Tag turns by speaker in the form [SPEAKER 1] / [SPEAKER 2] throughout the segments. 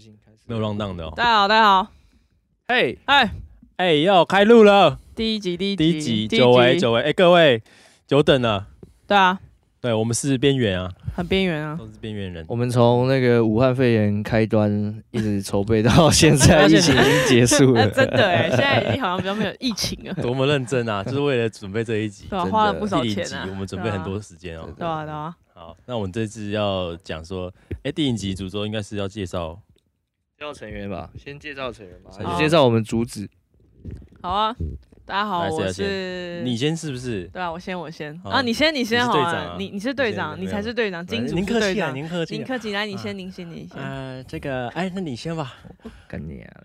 [SPEAKER 1] 情开始。
[SPEAKER 2] 没有 round down 的哦。
[SPEAKER 3] 大家好，大家好，
[SPEAKER 1] 嘿，
[SPEAKER 3] 哎，
[SPEAKER 2] 哎、要开录了，
[SPEAKER 3] 第一集，第一
[SPEAKER 2] 第
[SPEAKER 3] 集，
[SPEAKER 2] 一集久违久违，哎、各位久等了，
[SPEAKER 3] 对啊，
[SPEAKER 2] 对我们是边缘啊，
[SPEAKER 3] 很边缘啊，
[SPEAKER 2] 都是边缘人。
[SPEAKER 1] 我们从那个武汉肺炎开端一直筹备 到现在，
[SPEAKER 2] 到
[SPEAKER 1] 疫
[SPEAKER 2] 现
[SPEAKER 1] 情已经结束
[SPEAKER 3] 哎，
[SPEAKER 1] 了。
[SPEAKER 3] 真的哎，现在已 经好像比较没有疫情了，
[SPEAKER 2] 多么认真啊！就是为了准备这一集，
[SPEAKER 3] 对
[SPEAKER 1] 真
[SPEAKER 3] 啊，
[SPEAKER 1] 的
[SPEAKER 3] 花了不少
[SPEAKER 2] 第一
[SPEAKER 3] 钱
[SPEAKER 2] 集
[SPEAKER 3] 啊，
[SPEAKER 2] 我们准备很多时间哦
[SPEAKER 1] 对。
[SPEAKER 3] 对啊，对啊，对啊，
[SPEAKER 2] 好，那我们这次要讲说，哎、第一集主轴应该是要介绍，
[SPEAKER 1] 介绍成员吧，先介绍成员吧
[SPEAKER 2] 成员
[SPEAKER 1] 介绍我们主旨。
[SPEAKER 3] 好啊，大家好，
[SPEAKER 2] 来谁
[SPEAKER 3] 我
[SPEAKER 2] 来先
[SPEAKER 3] 是
[SPEAKER 2] 你，先是不是？
[SPEAKER 3] 对啊，我先，我先
[SPEAKER 2] 好
[SPEAKER 3] 啊，你先，你先
[SPEAKER 2] 你是
[SPEAKER 3] 好
[SPEAKER 2] 队长
[SPEAKER 3] 啊
[SPEAKER 2] 啊，
[SPEAKER 3] 你你是队长，
[SPEAKER 2] 你
[SPEAKER 3] 你
[SPEAKER 2] 先
[SPEAKER 3] 才是队长，金主
[SPEAKER 2] 您
[SPEAKER 3] 是
[SPEAKER 2] 客
[SPEAKER 3] 队
[SPEAKER 2] 气啊，
[SPEAKER 3] 长，
[SPEAKER 2] 您客气
[SPEAKER 3] 您
[SPEAKER 2] 啊。
[SPEAKER 3] 客气，来，你先，
[SPEAKER 2] 啊
[SPEAKER 3] 您先，您先，
[SPEAKER 2] 呃，这个，哎、那你先吧。
[SPEAKER 1] 干你啊！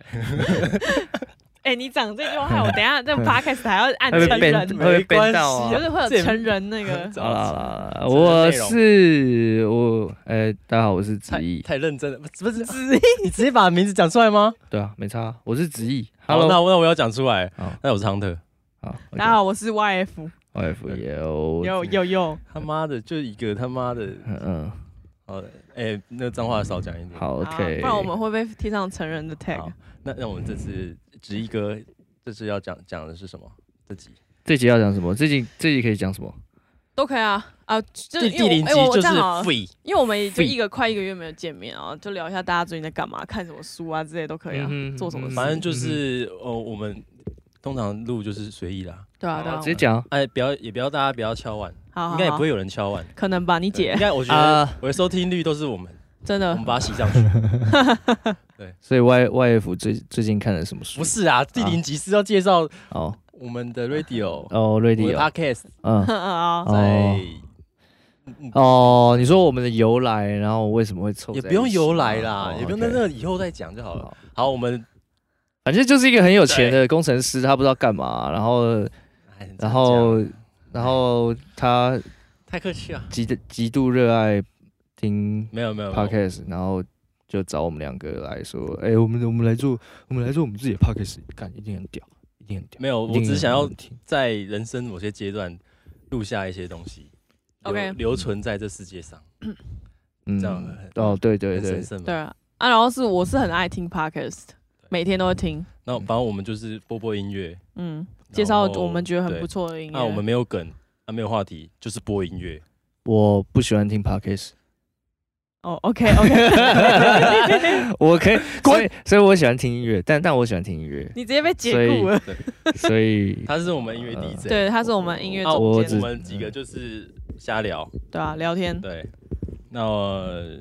[SPEAKER 3] 哎，你讲这句话，害我等一下在 podcast 还要按
[SPEAKER 1] 会
[SPEAKER 3] 成
[SPEAKER 1] 被 ban，
[SPEAKER 3] 人，
[SPEAKER 1] 会被 ban 到
[SPEAKER 3] 就
[SPEAKER 1] 啊！
[SPEAKER 3] 是会有
[SPEAKER 2] 这也，
[SPEAKER 3] 成人那个
[SPEAKER 1] 好啦好啦好啦，
[SPEAKER 2] 这个
[SPEAKER 1] 我
[SPEAKER 2] 内容
[SPEAKER 1] 是我，呃，大家好，我是子
[SPEAKER 2] 太
[SPEAKER 1] 毅。
[SPEAKER 2] 太认真了，不是不是，你直接把名字讲出来吗？
[SPEAKER 1] 对啊，没差啊，我是子毅。
[SPEAKER 2] 好，
[SPEAKER 1] Hello，
[SPEAKER 2] 那我那我要讲出来
[SPEAKER 1] 好。
[SPEAKER 2] 那我是亨特，
[SPEAKER 1] 好，
[SPEAKER 3] 大家好，我是 YF，
[SPEAKER 1] ，F E 也有，
[SPEAKER 3] 有有有，
[SPEAKER 2] 他妈的，就一个他妈的，
[SPEAKER 1] 嗯嗯，
[SPEAKER 2] 好的，哎、那个脏话少讲一点。
[SPEAKER 1] 好
[SPEAKER 3] 啊
[SPEAKER 1] ，OK。
[SPEAKER 3] 不然我们会被贴上成人的 tag
[SPEAKER 2] 好。，那那我们这次执一哥这次要讲讲的是什么？这集
[SPEAKER 1] 这集要讲什么？这集这集可以讲什么？
[SPEAKER 3] 都可以啊啊，就
[SPEAKER 2] 第
[SPEAKER 3] 因
[SPEAKER 2] 第
[SPEAKER 3] 为
[SPEAKER 2] 零
[SPEAKER 3] 我
[SPEAKER 2] 集
[SPEAKER 3] 哎我
[SPEAKER 2] 就
[SPEAKER 3] 这
[SPEAKER 2] 是
[SPEAKER 3] 样好了
[SPEAKER 2] free，
[SPEAKER 3] 因为我们也就
[SPEAKER 1] free
[SPEAKER 3] 一个快一个月没有见面啊，就聊一下大家最近在干嘛，看什么书啊之类都可以啊
[SPEAKER 1] 嗯，哼
[SPEAKER 3] 做什么
[SPEAKER 1] 嗯
[SPEAKER 3] 事，
[SPEAKER 2] 反正就是哦，我们通常录就是随意啦，
[SPEAKER 3] 对啊对啊
[SPEAKER 1] 直，接讲啊。
[SPEAKER 2] 哎，不要也不要大家不要敲碗，
[SPEAKER 3] 好，好
[SPEAKER 2] 应该也不，
[SPEAKER 3] 好
[SPEAKER 2] 会有人敲碗。
[SPEAKER 3] 可能吧，你
[SPEAKER 2] 对
[SPEAKER 3] 姐
[SPEAKER 2] 应该我觉得
[SPEAKER 1] 啊
[SPEAKER 2] 我的收听率都是我们，
[SPEAKER 3] 真
[SPEAKER 2] 我
[SPEAKER 3] 的
[SPEAKER 2] 们把它洗上去。
[SPEAKER 1] 所以 Y Y F 最最近看了什么书？
[SPEAKER 2] 不是啊，第零集是要介绍
[SPEAKER 1] 哦
[SPEAKER 2] 我们的 radio，
[SPEAKER 1] 哦，瑞
[SPEAKER 2] 我
[SPEAKER 1] 迪
[SPEAKER 2] 的
[SPEAKER 1] 哦，
[SPEAKER 2] podcast
[SPEAKER 1] 嗯
[SPEAKER 3] 啊，
[SPEAKER 1] 哦
[SPEAKER 2] 在。嗯
[SPEAKER 1] 哦，你说我们的由来，然后为什么会凑在
[SPEAKER 2] 也
[SPEAKER 1] 一起吗？
[SPEAKER 2] 不用由来啦，
[SPEAKER 1] 哦
[SPEAKER 2] 也不用
[SPEAKER 1] OK
[SPEAKER 2] 在那以后再讲就好了。
[SPEAKER 1] 好
[SPEAKER 2] 好，我们
[SPEAKER 1] 反正就是一个很有钱的工程师，他不知道干嘛，然后
[SPEAKER 2] 哎
[SPEAKER 1] 然后
[SPEAKER 2] 这样
[SPEAKER 1] 然后他
[SPEAKER 2] 太客气了，
[SPEAKER 1] 极极度热爱听
[SPEAKER 2] 没有没有没有
[SPEAKER 1] podcast，然后就找我们两个来说，哎，我们我们来做我们来做我们自己的 podcast，干一定很屌，一定很屌。
[SPEAKER 2] 没有，我
[SPEAKER 1] 一定
[SPEAKER 2] 只是
[SPEAKER 1] 很
[SPEAKER 2] 想
[SPEAKER 1] 好
[SPEAKER 2] 要
[SPEAKER 1] 听
[SPEAKER 2] 在人生某些阶段录下一些东西留
[SPEAKER 3] OK
[SPEAKER 2] 留存在这世界上，
[SPEAKER 1] 嗯
[SPEAKER 2] 这样
[SPEAKER 1] 哦，对对
[SPEAKER 2] 很
[SPEAKER 1] 对
[SPEAKER 2] 神，圣
[SPEAKER 3] 对
[SPEAKER 2] 嘛。
[SPEAKER 3] 啊，啊，然后是我是很爱听 podcast，每天都会听，
[SPEAKER 2] 那反正我们就是播播音乐，
[SPEAKER 3] 嗯，介绍
[SPEAKER 2] 然后
[SPEAKER 3] 我们觉得很不
[SPEAKER 2] 对
[SPEAKER 3] 错的音乐，
[SPEAKER 2] 那我们没有梗，那没有话题，就是播音乐。
[SPEAKER 1] 我不喜欢听 podcast。
[SPEAKER 3] 哦，OK OK，
[SPEAKER 1] 我可以，所以所以我喜欢听音乐，但但我喜欢听音乐，
[SPEAKER 3] 你直接被解雇了，
[SPEAKER 1] 所以
[SPEAKER 2] 他是我们音
[SPEAKER 1] 呃
[SPEAKER 2] 乐 DJ，
[SPEAKER 3] 对，他是我们音乐
[SPEAKER 2] 啊
[SPEAKER 3] 总
[SPEAKER 1] 我
[SPEAKER 2] 我
[SPEAKER 1] 只
[SPEAKER 3] 监，
[SPEAKER 2] 们几个就是瞎聊，
[SPEAKER 3] 对啊，聊天，
[SPEAKER 2] 对。那呃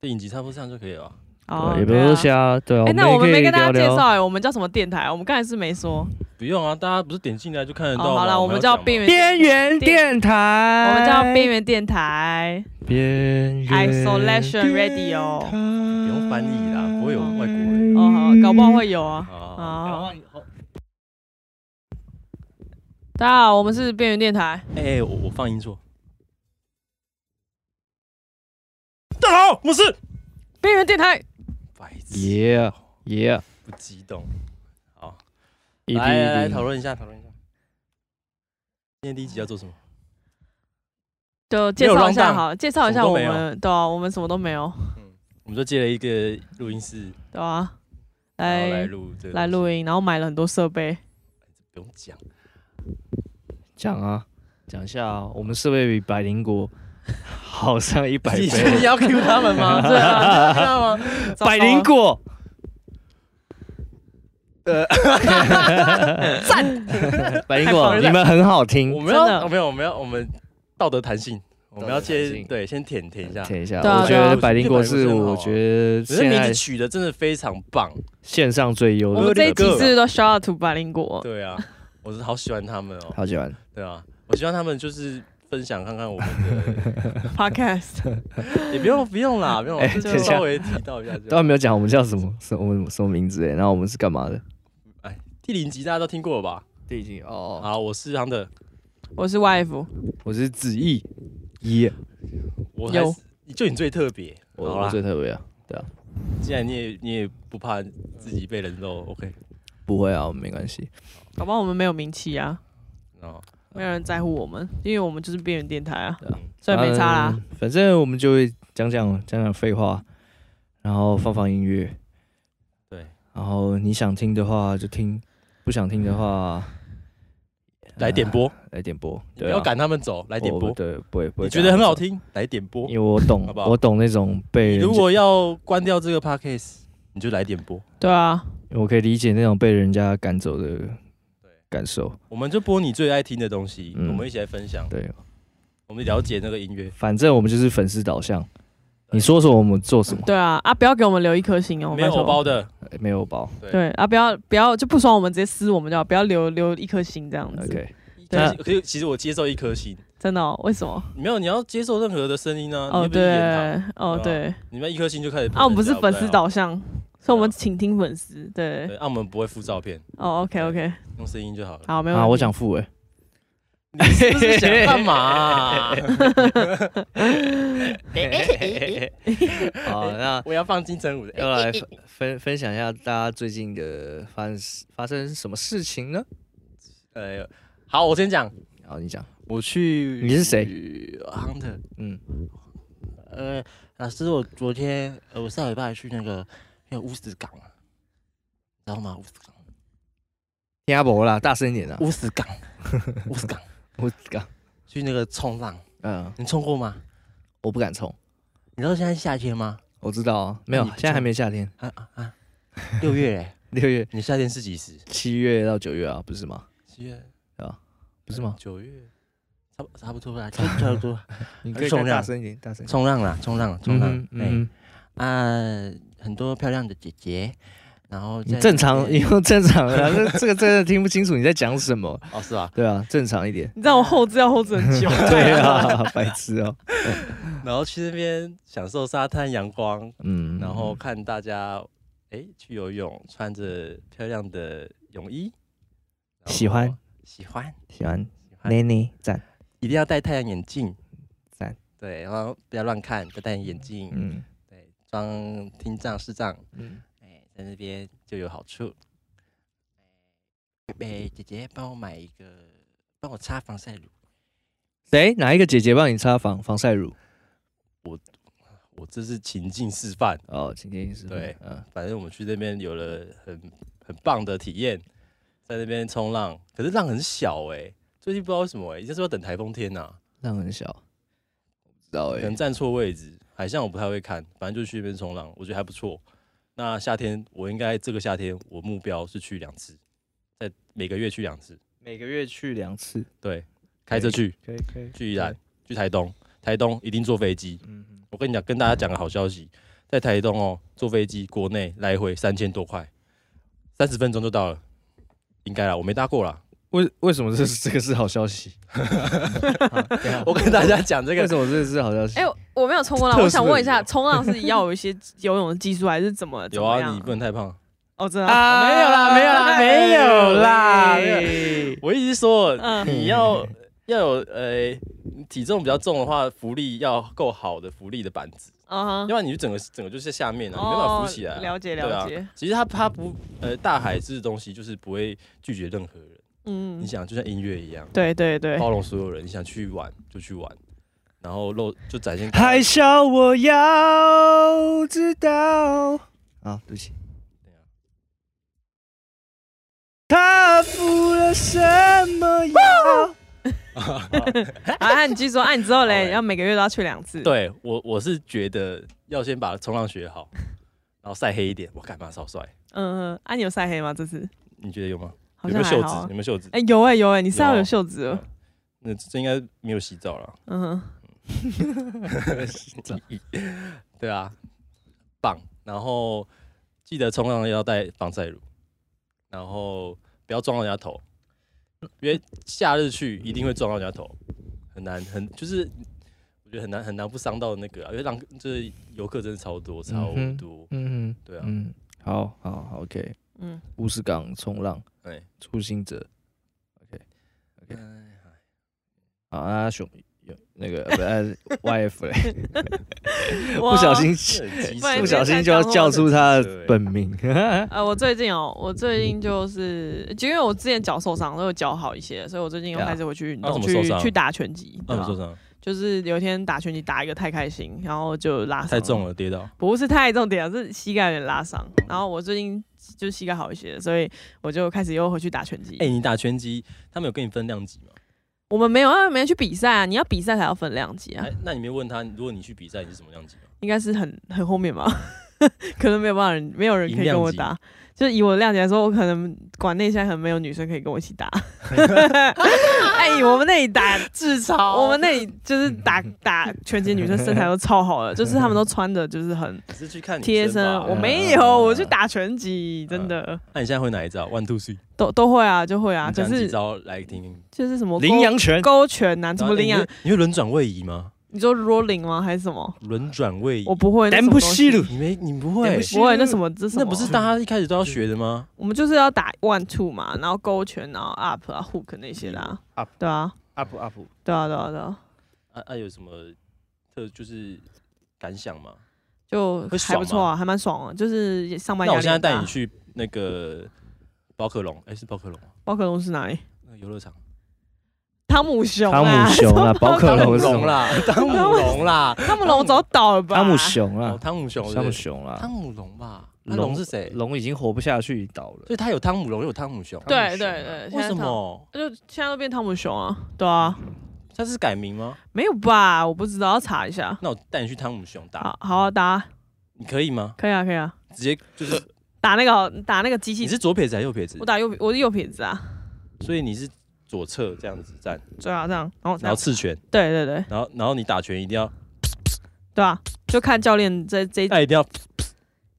[SPEAKER 2] 电影集差不多这样就可以了吧。
[SPEAKER 3] 哦
[SPEAKER 1] 对也不
[SPEAKER 3] 对啊
[SPEAKER 1] 是瞎，对啊。
[SPEAKER 3] 哎、那我们
[SPEAKER 1] 也可
[SPEAKER 3] 没
[SPEAKER 1] 以
[SPEAKER 3] 跟大家
[SPEAKER 1] 聊
[SPEAKER 3] 介
[SPEAKER 1] 聊
[SPEAKER 3] 绍哎、我们叫什么电台？我们刚才是没说。
[SPEAKER 2] 不用啊，大家不是点进来就看得
[SPEAKER 3] 哦，
[SPEAKER 2] 到吗、
[SPEAKER 3] 好了，我
[SPEAKER 2] 们要
[SPEAKER 3] 们叫
[SPEAKER 2] 讲吗
[SPEAKER 3] 边
[SPEAKER 1] 边
[SPEAKER 3] 缘
[SPEAKER 1] 缘电台，
[SPEAKER 3] 我们叫边缘电台。
[SPEAKER 1] 边缘
[SPEAKER 3] Isolation Radio
[SPEAKER 1] 不
[SPEAKER 2] 不用翻译啦不会有外国人
[SPEAKER 3] 哦，好，搞不好会有啊。
[SPEAKER 2] 好好好
[SPEAKER 3] 啊，大家好，我们是边缘电台。
[SPEAKER 2] 哎、我我放音错。大家好，我是
[SPEAKER 3] 边缘电台，
[SPEAKER 2] 白痴
[SPEAKER 1] ，Yeah Yeah，
[SPEAKER 2] 不激动。好，
[SPEAKER 1] 一
[SPEAKER 2] 来来来
[SPEAKER 1] 滴
[SPEAKER 2] 讨论一下，讨论一下。今天第一集要做什么？
[SPEAKER 3] 就介绍一
[SPEAKER 2] 没有
[SPEAKER 3] 下
[SPEAKER 2] rundown
[SPEAKER 3] 好了，介绍一下我
[SPEAKER 2] 什么都
[SPEAKER 3] 们，对啊，我们什么都没有，
[SPEAKER 2] 我们就借了一个录音室，
[SPEAKER 3] 对啊，
[SPEAKER 2] 然后来
[SPEAKER 3] 来
[SPEAKER 2] 录这个
[SPEAKER 3] 来
[SPEAKER 2] 东西，
[SPEAKER 3] 录音，然后买了很多 设备，
[SPEAKER 2] 不用讲，
[SPEAKER 1] 讲啊，讲一下啊，我们设备比百灵国 好上一百
[SPEAKER 2] 你
[SPEAKER 1] 倍，
[SPEAKER 2] 你要 Q 他们 吗？
[SPEAKER 3] 对啊，知道吗？
[SPEAKER 1] 百灵果。 呃， 百灵
[SPEAKER 3] 太
[SPEAKER 1] 果，
[SPEAKER 3] 棒了
[SPEAKER 1] 你们很好听
[SPEAKER 2] 我，们
[SPEAKER 3] 嗯真的
[SPEAKER 2] 要哦没有，我们要我们道德弹性，我们
[SPEAKER 1] 道
[SPEAKER 2] 要
[SPEAKER 1] 德弹
[SPEAKER 2] 先
[SPEAKER 1] 性
[SPEAKER 2] 对先舔舔一下。
[SPEAKER 1] 舔一下，
[SPEAKER 3] 对啊
[SPEAKER 1] 我觉
[SPEAKER 3] 对啊
[SPEAKER 1] 得百灵果
[SPEAKER 2] 我觉
[SPEAKER 1] 是
[SPEAKER 2] 得百灵果真的好啊
[SPEAKER 1] 我觉得
[SPEAKER 2] 只是
[SPEAKER 1] 现
[SPEAKER 2] 名字
[SPEAKER 1] 在
[SPEAKER 2] 取的真的非常棒，
[SPEAKER 1] 线上最优
[SPEAKER 3] 我们
[SPEAKER 1] 的。
[SPEAKER 3] 这一集
[SPEAKER 2] 个
[SPEAKER 3] 是不是都 shout out to 百灵果，
[SPEAKER 2] 对啊，我是好喜欢他们哦、
[SPEAKER 1] 好喜欢，
[SPEAKER 2] 对啊，我希望他们就是分享看看我们
[SPEAKER 3] podcast，
[SPEAKER 2] 的， 也不用不用啦，不用啦，
[SPEAKER 1] 哎
[SPEAKER 2] 就是
[SPEAKER 3] 等一下
[SPEAKER 2] 稍微提到一下这
[SPEAKER 1] 都还
[SPEAKER 2] 样。
[SPEAKER 1] 没有讲我们叫什么什我们什么名字哎，然后我们是干嘛的？
[SPEAKER 2] 第零集大家都听过了吧？
[SPEAKER 1] 第一集哦，
[SPEAKER 2] 好，我是他们的，
[SPEAKER 3] 我是 YF，
[SPEAKER 1] 我是子毅，耶，
[SPEAKER 2] 我还
[SPEAKER 3] 有
[SPEAKER 2] 是就你最特别。
[SPEAKER 1] 我
[SPEAKER 2] 好
[SPEAKER 1] 我
[SPEAKER 2] 啦，
[SPEAKER 1] 最特别啊，
[SPEAKER 2] 既然你也你也不怕自己被人肉，OK，
[SPEAKER 1] 不会啊，没关系，
[SPEAKER 3] 搞不好我们没有名气啊，
[SPEAKER 2] 哦，
[SPEAKER 3] 没有人在乎我们，因为我们就是边缘电台啊，
[SPEAKER 1] 对啊
[SPEAKER 3] 所以没差啦。
[SPEAKER 1] 嗯。反正我们就会讲讲讲讲废话，然后放放音乐，
[SPEAKER 2] 对，
[SPEAKER 1] 然后你想听的话就听，不想听的话哎
[SPEAKER 2] 来点播，
[SPEAKER 1] 来点播，
[SPEAKER 2] 你不
[SPEAKER 1] 对、
[SPEAKER 2] 要
[SPEAKER 1] 啊，
[SPEAKER 2] 赶他们走，来点
[SPEAKER 1] 我
[SPEAKER 2] 播。
[SPEAKER 1] 对，不会不啊会，
[SPEAKER 2] 你觉得很好，听，来点播
[SPEAKER 1] 因。为我懂
[SPEAKER 2] 好不，好
[SPEAKER 1] 我懂那种被
[SPEAKER 2] 你
[SPEAKER 1] 人家
[SPEAKER 2] 如果要关掉这个 podcast，你就来点播，
[SPEAKER 3] 对啊，
[SPEAKER 1] 我可以理解那种被人家赶走的
[SPEAKER 2] 对
[SPEAKER 1] 感受，
[SPEAKER 2] 我们就播你最爱听的东西，
[SPEAKER 1] 嗯
[SPEAKER 2] 我们一起来分享，
[SPEAKER 1] 对，
[SPEAKER 2] 我们了解那个音乐。
[SPEAKER 1] 反正我们就是粉丝导向，你说什么我们做什么，
[SPEAKER 3] 对啊，啊，不要给我们留一颗星哦，
[SPEAKER 2] 没有
[SPEAKER 3] 拜托
[SPEAKER 2] 偶包的，
[SPEAKER 1] 哎没有包
[SPEAKER 3] 对啊，不要不要就不爽我们直接撕我们就好，不要留留一颗星这样子。
[SPEAKER 1] ，OK，
[SPEAKER 2] 但
[SPEAKER 3] 对
[SPEAKER 2] 是可是其实我接受一颗星，
[SPEAKER 3] 真的、哦？为什么？
[SPEAKER 2] 没有，你要接受任何的声音啊，你
[SPEAKER 3] 哦
[SPEAKER 2] 又不是演他
[SPEAKER 3] 对，哦对，
[SPEAKER 2] 你们一颗星就开始喷人家。
[SPEAKER 3] 啊，我们不是粉丝
[SPEAKER 2] 不太好，
[SPEAKER 3] 导向，所以我们倾听粉丝。对，
[SPEAKER 2] 对，啊，我们不会附照片，
[SPEAKER 3] 哦，OK OK，
[SPEAKER 2] 用声音就好了。
[SPEAKER 3] 好，没有。
[SPEAKER 1] 啊，我想付哎、
[SPEAKER 2] 你是不是想干嘛 啊？ 哎
[SPEAKER 1] 好，那
[SPEAKER 2] 我要放金城武的。哎
[SPEAKER 1] 要来 分分分享一下大家最近的发生发生什么事情呢？
[SPEAKER 2] 哎呦，好，我先讲，
[SPEAKER 1] 好，你讲，
[SPEAKER 2] 我去。
[SPEAKER 1] 你是谁
[SPEAKER 2] ？Hunter。
[SPEAKER 1] 嗯，
[SPEAKER 2] 呃，老师，我昨天呃，我上礼拜去那个那个乌石港啊，你知道吗？乌石港，
[SPEAKER 1] 听不啦，大声一点啊！
[SPEAKER 2] 乌石 港，乌石港，
[SPEAKER 1] 我刚，
[SPEAKER 2] 去那个冲浪，
[SPEAKER 1] 嗯，
[SPEAKER 2] 你冲过吗？
[SPEAKER 1] 我不敢冲，
[SPEAKER 2] 你知道现在夏天吗？
[SPEAKER 1] 我知道啊，没有，
[SPEAKER 2] 你不
[SPEAKER 1] 现在还没夏天，
[SPEAKER 2] 啊啊啊！六月哎，
[SPEAKER 1] 六月、
[SPEAKER 2] 你夏天是几时？
[SPEAKER 1] 七月到九月啊，不是吗？
[SPEAKER 2] 七月
[SPEAKER 1] 不是吗？
[SPEAKER 2] 九月，差不差不多 啦，差差不多。
[SPEAKER 1] 你可以
[SPEAKER 2] 冲
[SPEAKER 1] 再
[SPEAKER 2] 浪
[SPEAKER 1] 大声一点，大声一点。
[SPEAKER 2] 冲浪啦，冲浪，冲浪。哎、
[SPEAKER 1] 嗯哼，
[SPEAKER 2] 啊，很多漂亮的姐姐，然后
[SPEAKER 1] 你
[SPEAKER 2] 在
[SPEAKER 1] 正常，
[SPEAKER 2] 里
[SPEAKER 1] 你
[SPEAKER 2] 面
[SPEAKER 1] 用正常的啊， 这这个真的听不清楚你在讲什么。
[SPEAKER 2] 哦是吧？
[SPEAKER 1] 对啊，正常一点
[SPEAKER 3] 。你知道我后置要后置很久。
[SPEAKER 1] 对啊， 白痴哦。
[SPEAKER 2] 然后去那边享受沙滩阳光，
[SPEAKER 1] 嗯，
[SPEAKER 2] 然后看大家哎、去游泳，穿着漂亮的泳衣，然后
[SPEAKER 1] 喜欢
[SPEAKER 2] 喜欢
[SPEAKER 1] 喜欢
[SPEAKER 2] 喜欢，
[SPEAKER 1] 妮妮赞，
[SPEAKER 2] 一定要戴太阳眼镜，
[SPEAKER 1] 赞
[SPEAKER 2] 对，然后不要乱看，要戴眼镜，
[SPEAKER 1] 嗯
[SPEAKER 2] 对，装听障视障，
[SPEAKER 1] 嗯，
[SPEAKER 2] 哎、在那边就有好处。哎、姐姐帮我买一个，帮我擦防晒乳。
[SPEAKER 1] 谁哪一个姐姐帮你擦防防晒乳？
[SPEAKER 2] 我这是情境示范，
[SPEAKER 1] 哦，请建议师。
[SPEAKER 2] 对
[SPEAKER 1] 嗯，
[SPEAKER 2] 反正我们去那边有了很很棒的体验，在那边冲浪，可是浪很小哎、最近不知道为什么哎、欸，就是要等台风天呐、
[SPEAKER 1] 浪很小，我不知道
[SPEAKER 2] 可
[SPEAKER 1] 哎
[SPEAKER 2] 能。站错位置。海象我不太会看，反正就去那边冲浪，我觉得还不错。那夏天我应该这个夏天我目标是去两次，在每个月去两次，
[SPEAKER 1] 每个月去两次，
[SPEAKER 2] 对，开车去
[SPEAKER 1] 可以可以。
[SPEAKER 2] 去宜兰，去台东，台东一定坐飞机。
[SPEAKER 1] 嗯哼，
[SPEAKER 2] 我跟你讲，跟大家讲个好消息，在台东哦，坐飞机国内来回三千多块，三十分钟就到了，应该啦，我没搭过啦。
[SPEAKER 1] 为为什么这是这个是好消息？
[SPEAKER 2] 我跟大家讲这
[SPEAKER 1] 为
[SPEAKER 2] 个，
[SPEAKER 1] 什么这是好消息
[SPEAKER 3] 哎、？我没有冲过浪，
[SPEAKER 2] 特殊的
[SPEAKER 3] 我想问一
[SPEAKER 2] 理
[SPEAKER 3] 下，
[SPEAKER 2] 由
[SPEAKER 3] 冲浪是要有一些游泳的技术，还是怎么？怎
[SPEAKER 2] 有
[SPEAKER 3] 么
[SPEAKER 2] 啊，
[SPEAKER 3] 样
[SPEAKER 2] 你不能太胖。
[SPEAKER 3] 哦，真的啊
[SPEAKER 1] 啊，没有啦，没有啦，没有啦。
[SPEAKER 3] 哎
[SPEAKER 2] 我一直说
[SPEAKER 3] 嗯
[SPEAKER 2] 你要要有呃体重比较重的话，浮力要够好的浮力的板子，
[SPEAKER 3] 啊哈，
[SPEAKER 2] 要不然你就整个整个就是下面了、啊，你没办法
[SPEAKER 3] 哦
[SPEAKER 2] 浮起来啊、
[SPEAKER 3] 了解
[SPEAKER 2] 对啊
[SPEAKER 3] 了解，
[SPEAKER 2] 其实它它不呃大海这东西就是不会拒绝任何人，你
[SPEAKER 3] 嗯，
[SPEAKER 2] 想就像音乐一样。
[SPEAKER 3] 对对对，
[SPEAKER 2] 包容所有人，你想去玩就去玩，然后露就展现。
[SPEAKER 1] 海啸，我要知道。啊，对不起。他付了什么呀？
[SPEAKER 3] 啊，那你继续说，啊，你之后
[SPEAKER 2] 好
[SPEAKER 3] 嘞，
[SPEAKER 2] 嘞
[SPEAKER 3] 要每个月都要去两次，，
[SPEAKER 2] 对我我是觉得要先把冲浪学好， 然后晒黑一点。我干嘛超帅？
[SPEAKER 3] 嗯嗯，啊，你有晒黑吗？这次
[SPEAKER 2] 你觉得有吗？
[SPEAKER 3] 好
[SPEAKER 2] 有没有
[SPEAKER 3] 像
[SPEAKER 2] 袖
[SPEAKER 3] 还
[SPEAKER 2] 子
[SPEAKER 3] 好？啊
[SPEAKER 2] 有。没有袖子？
[SPEAKER 3] 哎、有哎、有哎、你晒到
[SPEAKER 2] 有
[SPEAKER 3] 有袖子了，
[SPEAKER 2] 那这应该没有洗澡了。
[SPEAKER 3] 嗯哼，
[SPEAKER 2] 对啊，棒。然后记得冲浪要带防晒乳，然后不要撞到人家头，因为夏日去一定会撞到人家头，很难很就是我觉得很难很难不伤到那个啊，因为浪就是游客真的超多超
[SPEAKER 1] 嗯哼
[SPEAKER 2] 多，
[SPEAKER 1] 嗯哼，
[SPEAKER 2] 对啊，
[SPEAKER 1] 嗯，好好好，OK。
[SPEAKER 3] 嗯，
[SPEAKER 1] 乌石港冲浪
[SPEAKER 2] 哎、
[SPEAKER 1] 初心者
[SPEAKER 2] 哎
[SPEAKER 1] 啊，那熊有那个不是 YF 嘞，
[SPEAKER 3] 不
[SPEAKER 1] 不小，心
[SPEAKER 3] 不然
[SPEAKER 1] 不小心就要叫出他的本名。
[SPEAKER 3] 呃，我最近哦，我最近就是，就因为我之前脚受伤，所以我脚好一些，所以我最近又
[SPEAKER 1] 对啊
[SPEAKER 3] 开始回去运
[SPEAKER 2] 啊怎
[SPEAKER 3] 动，
[SPEAKER 2] 么受
[SPEAKER 3] 去
[SPEAKER 2] 伤
[SPEAKER 3] 去打拳击，对
[SPEAKER 2] 那
[SPEAKER 3] 吧
[SPEAKER 2] 你？说啥？
[SPEAKER 3] 就是有一天打拳击打一个太开心，然后就拉伤，
[SPEAKER 2] 太重，了，跌倒。
[SPEAKER 3] 不是太重点啊，是膝盖有点拉伤。然后我最近就膝盖好一些，所以我就开始又回去打拳击。
[SPEAKER 2] 哎、你打拳击，他们有跟你分量级吗？
[SPEAKER 3] 我们没有，啊，没有去比赛啊，你要比赛才要分量级啊，
[SPEAKER 2] 哎，那你没问他，如果你去比赛，你是什么量级吗？
[SPEAKER 3] 应该是很很后面吧， 可能没有办法人，没有人可以跟我
[SPEAKER 2] 以量
[SPEAKER 3] 打。就是以我的量级来说，我可能馆内现在可能没有女生可以跟我一起 打。哎、我们那里打
[SPEAKER 2] 自嘲
[SPEAKER 3] 我们那里就是打打拳击，女生身材都超好 的，就是她们都穿的就是很
[SPEAKER 2] 只是去看女
[SPEAKER 3] 贴身
[SPEAKER 2] 吧。。哎嗯
[SPEAKER 3] 我没有，我去打拳击，真的
[SPEAKER 2] 那你现在会哪一招？One two three
[SPEAKER 3] 都都会啊，就会啊。
[SPEAKER 2] 你
[SPEAKER 3] 可
[SPEAKER 2] 讲几
[SPEAKER 3] 是
[SPEAKER 2] 招来听听。
[SPEAKER 3] 就是什么 勾
[SPEAKER 1] 羚羊拳，
[SPEAKER 3] 勾拳呐，怎么啊羚
[SPEAKER 2] 然后
[SPEAKER 3] 羊
[SPEAKER 2] 哎？你会你会轮转位移吗？
[SPEAKER 3] 你说 rolling 吗？还是什么？
[SPEAKER 2] 轮转位移，
[SPEAKER 3] 我不会，那什
[SPEAKER 1] 丹
[SPEAKER 3] 么
[SPEAKER 1] 布
[SPEAKER 3] 东
[SPEAKER 1] 西
[SPEAKER 3] 西
[SPEAKER 1] 鲁，
[SPEAKER 2] 你没你不会
[SPEAKER 1] 不，是
[SPEAKER 3] 不会，那什么这什么？
[SPEAKER 2] 那不是大家一开始都要学的吗？
[SPEAKER 3] 我们就是要打 one two 嘛，然后勾拳，然后 up 啊 hook 那些的
[SPEAKER 2] 嗯
[SPEAKER 3] 啊
[SPEAKER 1] Up。
[SPEAKER 3] 对啊，
[SPEAKER 1] up up，
[SPEAKER 3] 对啊，对啊，对啊，
[SPEAKER 2] 啊啊，有什么特就是感想吗？
[SPEAKER 3] 就
[SPEAKER 2] 会
[SPEAKER 3] 还
[SPEAKER 2] 爽
[SPEAKER 3] 不错啊，还蛮爽啊，就是上班
[SPEAKER 2] 那
[SPEAKER 3] 压力
[SPEAKER 2] 我现在
[SPEAKER 3] 很大。
[SPEAKER 2] 带你去那个宝可龙，哎，是宝可龙吗？
[SPEAKER 3] 宝可龙是哪里？
[SPEAKER 2] 那个游乐场，
[SPEAKER 3] 汤姆熊啊，
[SPEAKER 1] 汤姆熊啊，宝可龙
[SPEAKER 2] 汤姆
[SPEAKER 1] 是什
[SPEAKER 2] 龙
[SPEAKER 1] 么？
[SPEAKER 2] 啦，汤姆龙啦，
[SPEAKER 3] 汤姆龙早倒了吧？
[SPEAKER 1] 汤姆熊
[SPEAKER 2] 哦，
[SPEAKER 1] 啊，
[SPEAKER 2] 汤姆熊，
[SPEAKER 1] 汤姆
[SPEAKER 2] 对不对
[SPEAKER 1] 熊
[SPEAKER 2] 汤
[SPEAKER 1] 啦，
[SPEAKER 2] 姆龙吧？那龙是谁？
[SPEAKER 1] 龙已经活不下去倒了
[SPEAKER 2] 所。以他有汤姆龙，有汤姆熊，
[SPEAKER 1] 汤姆
[SPEAKER 3] 对
[SPEAKER 1] 熊
[SPEAKER 3] 对
[SPEAKER 1] 啊
[SPEAKER 3] 对，
[SPEAKER 2] 为什
[SPEAKER 3] 现在汤？
[SPEAKER 2] 么？
[SPEAKER 3] 就现在都变汤姆熊啊？对啊，
[SPEAKER 2] 他是改名吗？
[SPEAKER 3] 没有吧？我不知道，要查一下。
[SPEAKER 2] 那我带你去汤姆熊打，
[SPEAKER 3] 好，好啊，打啊，
[SPEAKER 2] 你可以吗？
[SPEAKER 3] 可以啊，可以啊，
[SPEAKER 2] 直接就是
[SPEAKER 3] 打那个打那个机
[SPEAKER 2] 你
[SPEAKER 3] 器，
[SPEAKER 2] 是左撇子还是右撇子
[SPEAKER 3] 我？打右我是右撇子啊，
[SPEAKER 2] 所以你是左侧这样子站，
[SPEAKER 3] 对啊，这样，然后这
[SPEAKER 2] 然后
[SPEAKER 3] 样，
[SPEAKER 2] 刺拳，
[SPEAKER 3] 对对对
[SPEAKER 2] 然后然后你打拳一定要，
[SPEAKER 3] 对啊，就看教练这这
[SPEAKER 2] 哎一定要，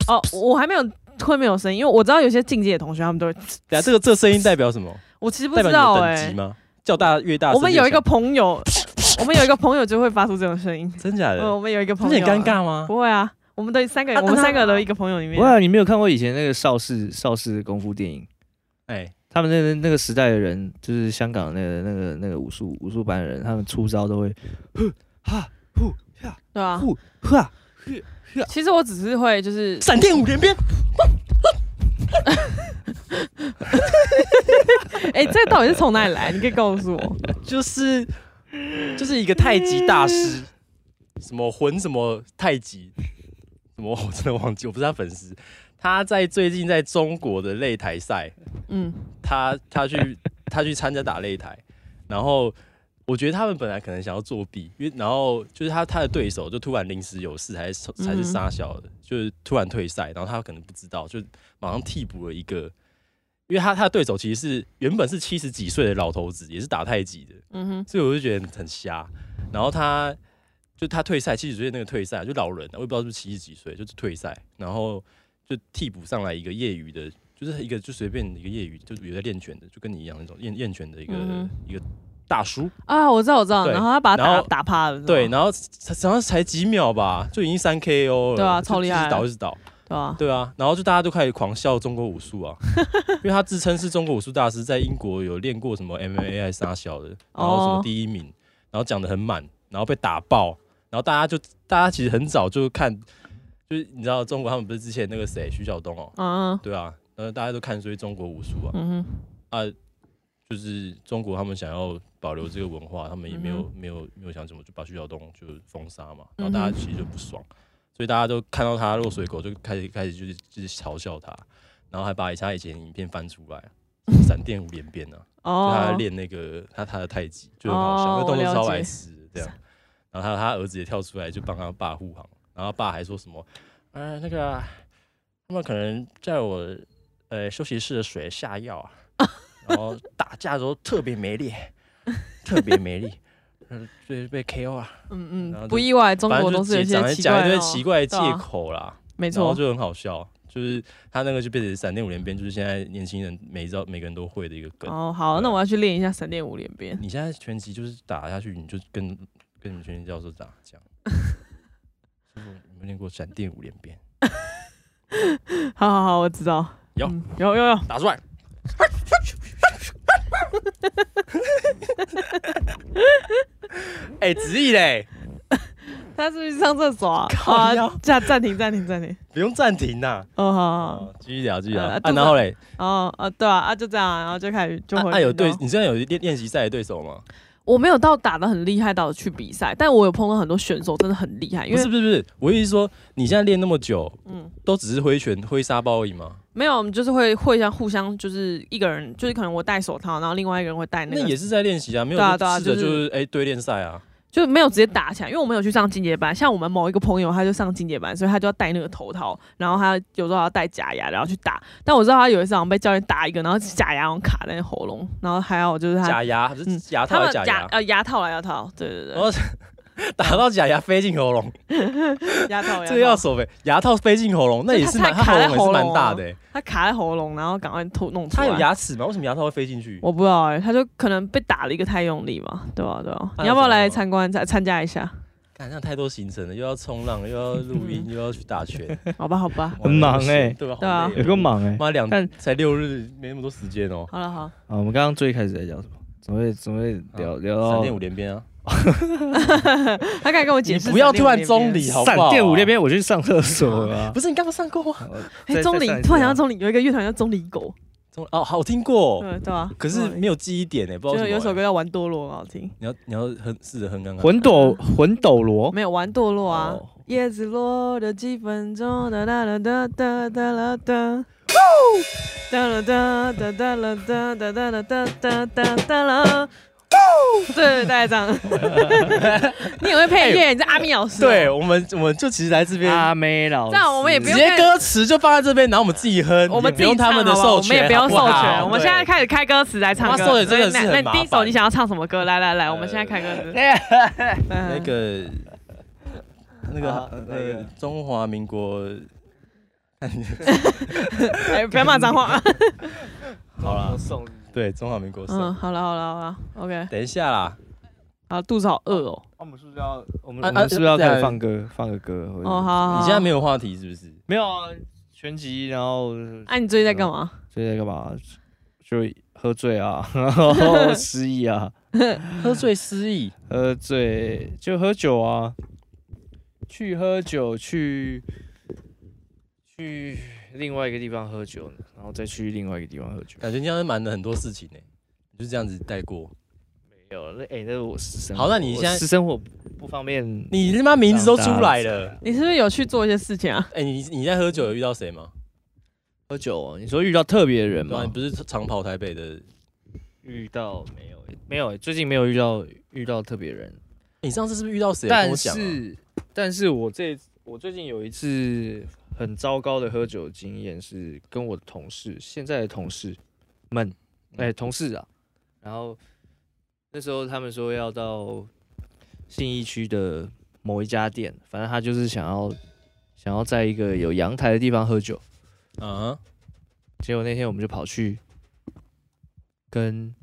[SPEAKER 3] 哦，我还没有会没有声音，因为我知道有些进阶的同学他们都会，
[SPEAKER 2] 对啊，这个这声音代表什么？
[SPEAKER 3] 我其实不
[SPEAKER 2] 代
[SPEAKER 3] 知
[SPEAKER 2] 表
[SPEAKER 3] 道
[SPEAKER 2] 你的等
[SPEAKER 3] 哎
[SPEAKER 2] 级、吗？叫大越大，
[SPEAKER 3] 我们
[SPEAKER 2] 声音越
[SPEAKER 3] 有一个
[SPEAKER 2] 小
[SPEAKER 3] 朋友，我们有一个朋友就会发出这种声音，
[SPEAKER 2] 真假
[SPEAKER 3] 嗯，
[SPEAKER 2] 的，
[SPEAKER 3] 我们有一个
[SPEAKER 2] 不
[SPEAKER 3] 朋
[SPEAKER 2] 是
[SPEAKER 3] 友
[SPEAKER 2] 很尴
[SPEAKER 3] 啊，
[SPEAKER 2] 尬吗？
[SPEAKER 3] 不会啊，我们的三个人，
[SPEAKER 2] 啊
[SPEAKER 3] 我们
[SPEAKER 2] 那
[SPEAKER 3] 三个都一个朋友里面，
[SPEAKER 2] 啊
[SPEAKER 1] 哇，你没有看过以前那个邵氏邵氏功夫电影？
[SPEAKER 2] 哎，
[SPEAKER 1] 他们那个那个时代的人，就是香港那个那个那个武术武术班的人，他们出招 都会，哈呼呀
[SPEAKER 3] 对啊，
[SPEAKER 1] 呼哈，
[SPEAKER 2] 啊
[SPEAKER 3] 其实我只是会 就是
[SPEAKER 2] 闪电五连鞭，
[SPEAKER 3] 哎、这个到底是从哪里来？你可以告诉 我。
[SPEAKER 2] 就是就是一个太极大师，什么魂什么太极，什么 我真的忘记，我不是他粉丝。他在最近在中国的擂台赛，
[SPEAKER 3] 嗯，
[SPEAKER 2] 他他去他去参加打擂台，然后我觉得他们本来可能想要作弊，因为然后就是他他的对手就突然临时有事，还是还是杀小的，就是突然退赛，然后他可能不知道，就马上替补了一个，因为他他的对手其实是原本是七十几岁的老头子，也是打太极的，
[SPEAKER 3] 嗯哼，
[SPEAKER 2] 所以我就觉得很瞎。然后他就他退赛，七十岁那个退赛就老人啊，我也不知道是不是七十几岁，就是退赛，然后就替补上来一个业余的，就是一个就随便一个业余，就是有在练拳的，就跟你一样那种练练拳的一个、
[SPEAKER 3] 嗯
[SPEAKER 2] 一个大叔。
[SPEAKER 3] 啊，我知道，我知道。
[SPEAKER 2] 对
[SPEAKER 3] 然后他把他
[SPEAKER 2] 然
[SPEAKER 3] 打
[SPEAKER 2] 后
[SPEAKER 3] 打趴了，是吗
[SPEAKER 2] 对，然后才好像才几秒吧，就已经三 KO 了，
[SPEAKER 3] 对啊
[SPEAKER 2] 就
[SPEAKER 3] 超厉
[SPEAKER 2] 一
[SPEAKER 3] 害
[SPEAKER 2] 直倒一直倒，
[SPEAKER 3] 对吧？
[SPEAKER 2] 对啊，然后就大家都开始狂笑中国武术啊， 因为他自称是中国武术大师，在英国有练过什么 MMA 还是啥小的，然后什么
[SPEAKER 3] 哦
[SPEAKER 2] 第一名，然后讲的很满，然后被打爆，然后大家就大家其实很早就看，就是你知道中国他们不是之前那个谁徐晓东哦，
[SPEAKER 3] 嗯
[SPEAKER 2] 对啊，然后大家都看衰中国武术啊
[SPEAKER 3] 嗯，嗯
[SPEAKER 2] 啊，就是中国他们想要保留这个文化，他们也没有、没有没有想怎么就把徐晓东就封杀嘛，然后大
[SPEAKER 3] 嗯
[SPEAKER 2] 家其实就不爽，所以大家都看到他落水狗就开始开始就是就是嘲笑他，然后还把他以前影片翻出来，闪电五连鞭啊，
[SPEAKER 3] 哼，
[SPEAKER 2] 就他
[SPEAKER 3] 哦
[SPEAKER 2] 在，练那个他他的太极，就很好笑，
[SPEAKER 3] 哦
[SPEAKER 2] 那动作
[SPEAKER 3] 我了
[SPEAKER 2] 超
[SPEAKER 3] 解
[SPEAKER 2] 白痴的这样。然后他他儿子也跳出来就帮他爸护航，然后他爸还说什么，呃，那个他们可能在我呃休息室的水下药啊，然后打架的时候特别没力， 特别没力，嗯，就是被 KO 啊，
[SPEAKER 3] 嗯
[SPEAKER 2] 然后就
[SPEAKER 3] 嗯，不意外，中
[SPEAKER 2] 反
[SPEAKER 3] 国
[SPEAKER 2] 正
[SPEAKER 3] 都
[SPEAKER 2] 就是
[SPEAKER 3] 有一
[SPEAKER 2] 讲
[SPEAKER 3] 些
[SPEAKER 2] 一
[SPEAKER 3] 奇
[SPEAKER 2] 讲
[SPEAKER 3] 怪
[SPEAKER 2] 一
[SPEAKER 3] 的
[SPEAKER 2] 堆
[SPEAKER 3] 哦
[SPEAKER 2] 奇怪的借
[SPEAKER 3] 对啊
[SPEAKER 2] 口啦，
[SPEAKER 3] 没
[SPEAKER 2] 然后
[SPEAKER 3] 错，
[SPEAKER 2] 就很好笑，就是他那个就变成闪电五连鞭，就是现在年轻人每一招每个人都会的一个梗。
[SPEAKER 3] 哦，好，
[SPEAKER 2] 对啊
[SPEAKER 3] 那我要去练一下闪电五连鞭。
[SPEAKER 2] 你现在拳击就是打下去，你就跟跟你们拳击教授打这样。师傅，你们练过闪电五连鞭？
[SPEAKER 3] 好好好，我知道。
[SPEAKER 2] 有
[SPEAKER 3] 嗯有有有，
[SPEAKER 2] 打出来！哎、直译嘞，
[SPEAKER 3] 他是不是去上厕所啊？
[SPEAKER 2] 靠
[SPEAKER 3] 啊
[SPEAKER 2] 腰，
[SPEAKER 3] 暂暂停暂停暂停。
[SPEAKER 2] 不用暂停呐、
[SPEAKER 3] 哦，好哦好
[SPEAKER 2] 哦，继续聊，继续聊。
[SPEAKER 3] 啊
[SPEAKER 2] 啊
[SPEAKER 3] 肚子
[SPEAKER 2] 然后嘞，
[SPEAKER 3] 好，哦啊，对啊，啊就这样啊，然后就开始就
[SPEAKER 2] 啊
[SPEAKER 3] 回。
[SPEAKER 2] 啊有对
[SPEAKER 3] 你知
[SPEAKER 2] 你真
[SPEAKER 3] 道，
[SPEAKER 2] 的有练练习赛的对手吗？
[SPEAKER 3] 我没有到打的很厉害到去比赛，但我有碰到很多选手真的很厉害，因
[SPEAKER 2] 不
[SPEAKER 3] 为
[SPEAKER 2] 是不是不是，我意思说，你现在练那么久，
[SPEAKER 3] 嗯
[SPEAKER 2] 都只是挥拳挥沙包而已吗？
[SPEAKER 3] 没有，我们就是会会相互相就是一个人就是可能我戴手套，然后另外一个人会戴那
[SPEAKER 2] 那
[SPEAKER 3] 个，
[SPEAKER 2] 也是在练习啊，没有
[SPEAKER 3] 嗯对啊
[SPEAKER 2] 试
[SPEAKER 3] 对
[SPEAKER 2] 着就
[SPEAKER 3] 啊就是
[SPEAKER 2] 是哎对练赛啊。
[SPEAKER 3] 就没有直接打起来，因为我们有去上进阶班，像我们某一个朋友他就上进阶班，所以他就要戴那个头套，然后他有时候还要戴假牙，然后去打。但我知道他有一次好像被教练打一个，然后假牙好像卡在喉咙，然后还有就是他
[SPEAKER 2] 假牙，是
[SPEAKER 3] 嗯
[SPEAKER 2] 牙
[SPEAKER 3] 他
[SPEAKER 2] 套还
[SPEAKER 3] 们
[SPEAKER 2] 是假
[SPEAKER 3] 牙
[SPEAKER 2] 牙？哦
[SPEAKER 3] 呃牙套来牙套，对对
[SPEAKER 2] 然后 打到假牙飞进喉咙，
[SPEAKER 3] 对，啊牙套牙
[SPEAKER 2] 这个要
[SPEAKER 3] 套，
[SPEAKER 2] 手呗。牙套飞进喉咙，那也是蛮，它
[SPEAKER 3] 它卡
[SPEAKER 2] 喉
[SPEAKER 3] 在
[SPEAKER 2] 咙也是
[SPEAKER 3] 喉咙
[SPEAKER 2] 蛮大
[SPEAKER 3] 啊
[SPEAKER 2] 的欸。
[SPEAKER 3] 他卡在喉咙，然后赶快吐弄出
[SPEAKER 2] 它
[SPEAKER 3] 来。
[SPEAKER 2] 有牙齿吗？为什么牙套会飞进去？
[SPEAKER 3] 我不知道哎、他就可能被打了一个太用力嘛，对吧、对吧、
[SPEAKER 2] 那
[SPEAKER 3] 你要不
[SPEAKER 2] 怎
[SPEAKER 3] 要
[SPEAKER 2] 么
[SPEAKER 3] 来
[SPEAKER 2] 了
[SPEAKER 3] 参观参参加 一下？
[SPEAKER 2] 看，那太多行程了，又要冲浪，又要录 音，又要去打拳，
[SPEAKER 3] 好吧，好吧，
[SPEAKER 1] 很忙
[SPEAKER 2] 哎，
[SPEAKER 1] 欸
[SPEAKER 2] 对吧？
[SPEAKER 3] 对啊
[SPEAKER 2] 好累哦
[SPEAKER 1] 有个，忙 哎、
[SPEAKER 2] 妈两
[SPEAKER 1] 但
[SPEAKER 2] 才六日，没那么多时间哦。
[SPEAKER 3] 好了好，
[SPEAKER 1] 啊，我们刚刚最开始在聊什么？怎么会怎么会聊、聊
[SPEAKER 2] 闪
[SPEAKER 1] 到
[SPEAKER 2] 电五连鞭啊！
[SPEAKER 3] 他刚才跟我解
[SPEAKER 2] 你
[SPEAKER 3] 释，
[SPEAKER 2] 不要突然中
[SPEAKER 3] 理。
[SPEAKER 2] 离好不好
[SPEAKER 1] 闪
[SPEAKER 2] 啊？
[SPEAKER 1] 电五那边我去上厕所了 啊、
[SPEAKER 2] 不是你刚刚上过啊？
[SPEAKER 3] 哎、
[SPEAKER 1] 再
[SPEAKER 3] 中
[SPEAKER 1] 再
[SPEAKER 3] 里
[SPEAKER 1] 上一次
[SPEAKER 3] 突然
[SPEAKER 1] 啊
[SPEAKER 3] 想到中里有一个乐团叫中里狗，
[SPEAKER 2] 中哦，好听过，
[SPEAKER 3] 对对啊。
[SPEAKER 2] 可是
[SPEAKER 3] 中里
[SPEAKER 2] 没有记忆点哎，不知道为什
[SPEAKER 3] 就
[SPEAKER 2] 么欸
[SPEAKER 3] 有首歌叫《玩堕落》，很好听。
[SPEAKER 2] 你要你要哼试着哼刚刚
[SPEAKER 1] 魂斗魂斗
[SPEAKER 2] 哦
[SPEAKER 1] 罗，
[SPEAKER 3] 没有玩堕落啊，
[SPEAKER 1] 哦
[SPEAKER 3] 叶子落了几分钟，哒哒哒哒哒哒啦哒。哒啦哒哒哒啦哒哒哒啦哒哒哒哒啦，对，大概 这样。你也会配乐，你是阿米老师哦。
[SPEAKER 2] 哎对我们我们就其实来这边。
[SPEAKER 1] 阿妹老师，
[SPEAKER 3] 这样我们也不
[SPEAKER 2] 直
[SPEAKER 3] 用
[SPEAKER 2] 接
[SPEAKER 3] 看
[SPEAKER 2] 歌词就放在这边，然后我们自己哼，
[SPEAKER 3] 我们
[SPEAKER 2] 也不
[SPEAKER 3] 自己
[SPEAKER 2] 用
[SPEAKER 3] 唱
[SPEAKER 2] 他们的
[SPEAKER 3] 好不
[SPEAKER 2] 授
[SPEAKER 3] 好
[SPEAKER 2] 权，
[SPEAKER 3] 我们也不用授权。
[SPEAKER 2] 好不好
[SPEAKER 3] 我们现在开始开歌词来唱歌。
[SPEAKER 2] 他授权真的是
[SPEAKER 3] 对那
[SPEAKER 2] 很
[SPEAKER 3] 那你
[SPEAKER 2] 麻
[SPEAKER 3] 第一首
[SPEAKER 2] 烦哎
[SPEAKER 3] 你想要唱什么歌？来来来，我们现在开歌 词。嗯
[SPEAKER 2] 对
[SPEAKER 3] 那
[SPEAKER 2] 那个嗯那
[SPEAKER 1] 好
[SPEAKER 2] 个
[SPEAKER 1] 那个
[SPEAKER 2] 呃中华民国，
[SPEAKER 3] 哎，不要骂脏话。
[SPEAKER 2] 好啦
[SPEAKER 1] 送你
[SPEAKER 2] 对中华民国颂
[SPEAKER 3] 嗯，好了好了好了，OK。
[SPEAKER 2] 等一下啦，
[SPEAKER 3] 好，肚子好饿哦。
[SPEAKER 1] 我们是不是要我们
[SPEAKER 2] 啊
[SPEAKER 1] 我们是不是要
[SPEAKER 2] 啊
[SPEAKER 1] 开始放歌放个歌？或者
[SPEAKER 3] 哦，好好。好
[SPEAKER 2] 你现在没有话题是不是？
[SPEAKER 1] 没有啊，全集，然后
[SPEAKER 3] 哎、你最近在干嘛？
[SPEAKER 2] 啊
[SPEAKER 1] 最近在干嘛？就喝醉啊， 然后失忆啊，
[SPEAKER 2] 喝醉失忆，
[SPEAKER 1] 喝醉就喝酒啊，去喝酒去去另外一个地方喝酒，然后再去另外一个地方喝酒。
[SPEAKER 2] 感觉你好像瞒了很多事情呢，你就这样子带过。
[SPEAKER 1] 没有，那哎、那是我私生活。
[SPEAKER 2] 好那你
[SPEAKER 1] 我
[SPEAKER 2] 现在
[SPEAKER 1] 私生活不方便，
[SPEAKER 2] 你他妈名字都出来了，
[SPEAKER 3] 你是不是有去做一些事情啊？
[SPEAKER 2] 哎，你你在喝酒有遇到谁吗？
[SPEAKER 1] 喝酒、哦，你说遇到特别的人
[SPEAKER 2] 对啊，
[SPEAKER 1] 吗
[SPEAKER 2] 你？不是常跑台北的？
[SPEAKER 1] 遇到没有？没有，最近没有遇到遇到特别人。
[SPEAKER 2] 你上次是不是遇到谁？跟
[SPEAKER 1] 但
[SPEAKER 2] 我讲啊
[SPEAKER 1] 是，但是我这我最近有一次很糟糕的喝酒经验，是跟我的同事，现在的同事们，哎、同事啊，然后那时候他们说要到信义区的某一家店，反正他就是想要想要在一个有阳台的地方喝酒，
[SPEAKER 2] 啊，
[SPEAKER 1] 结果那天我们就跑去跟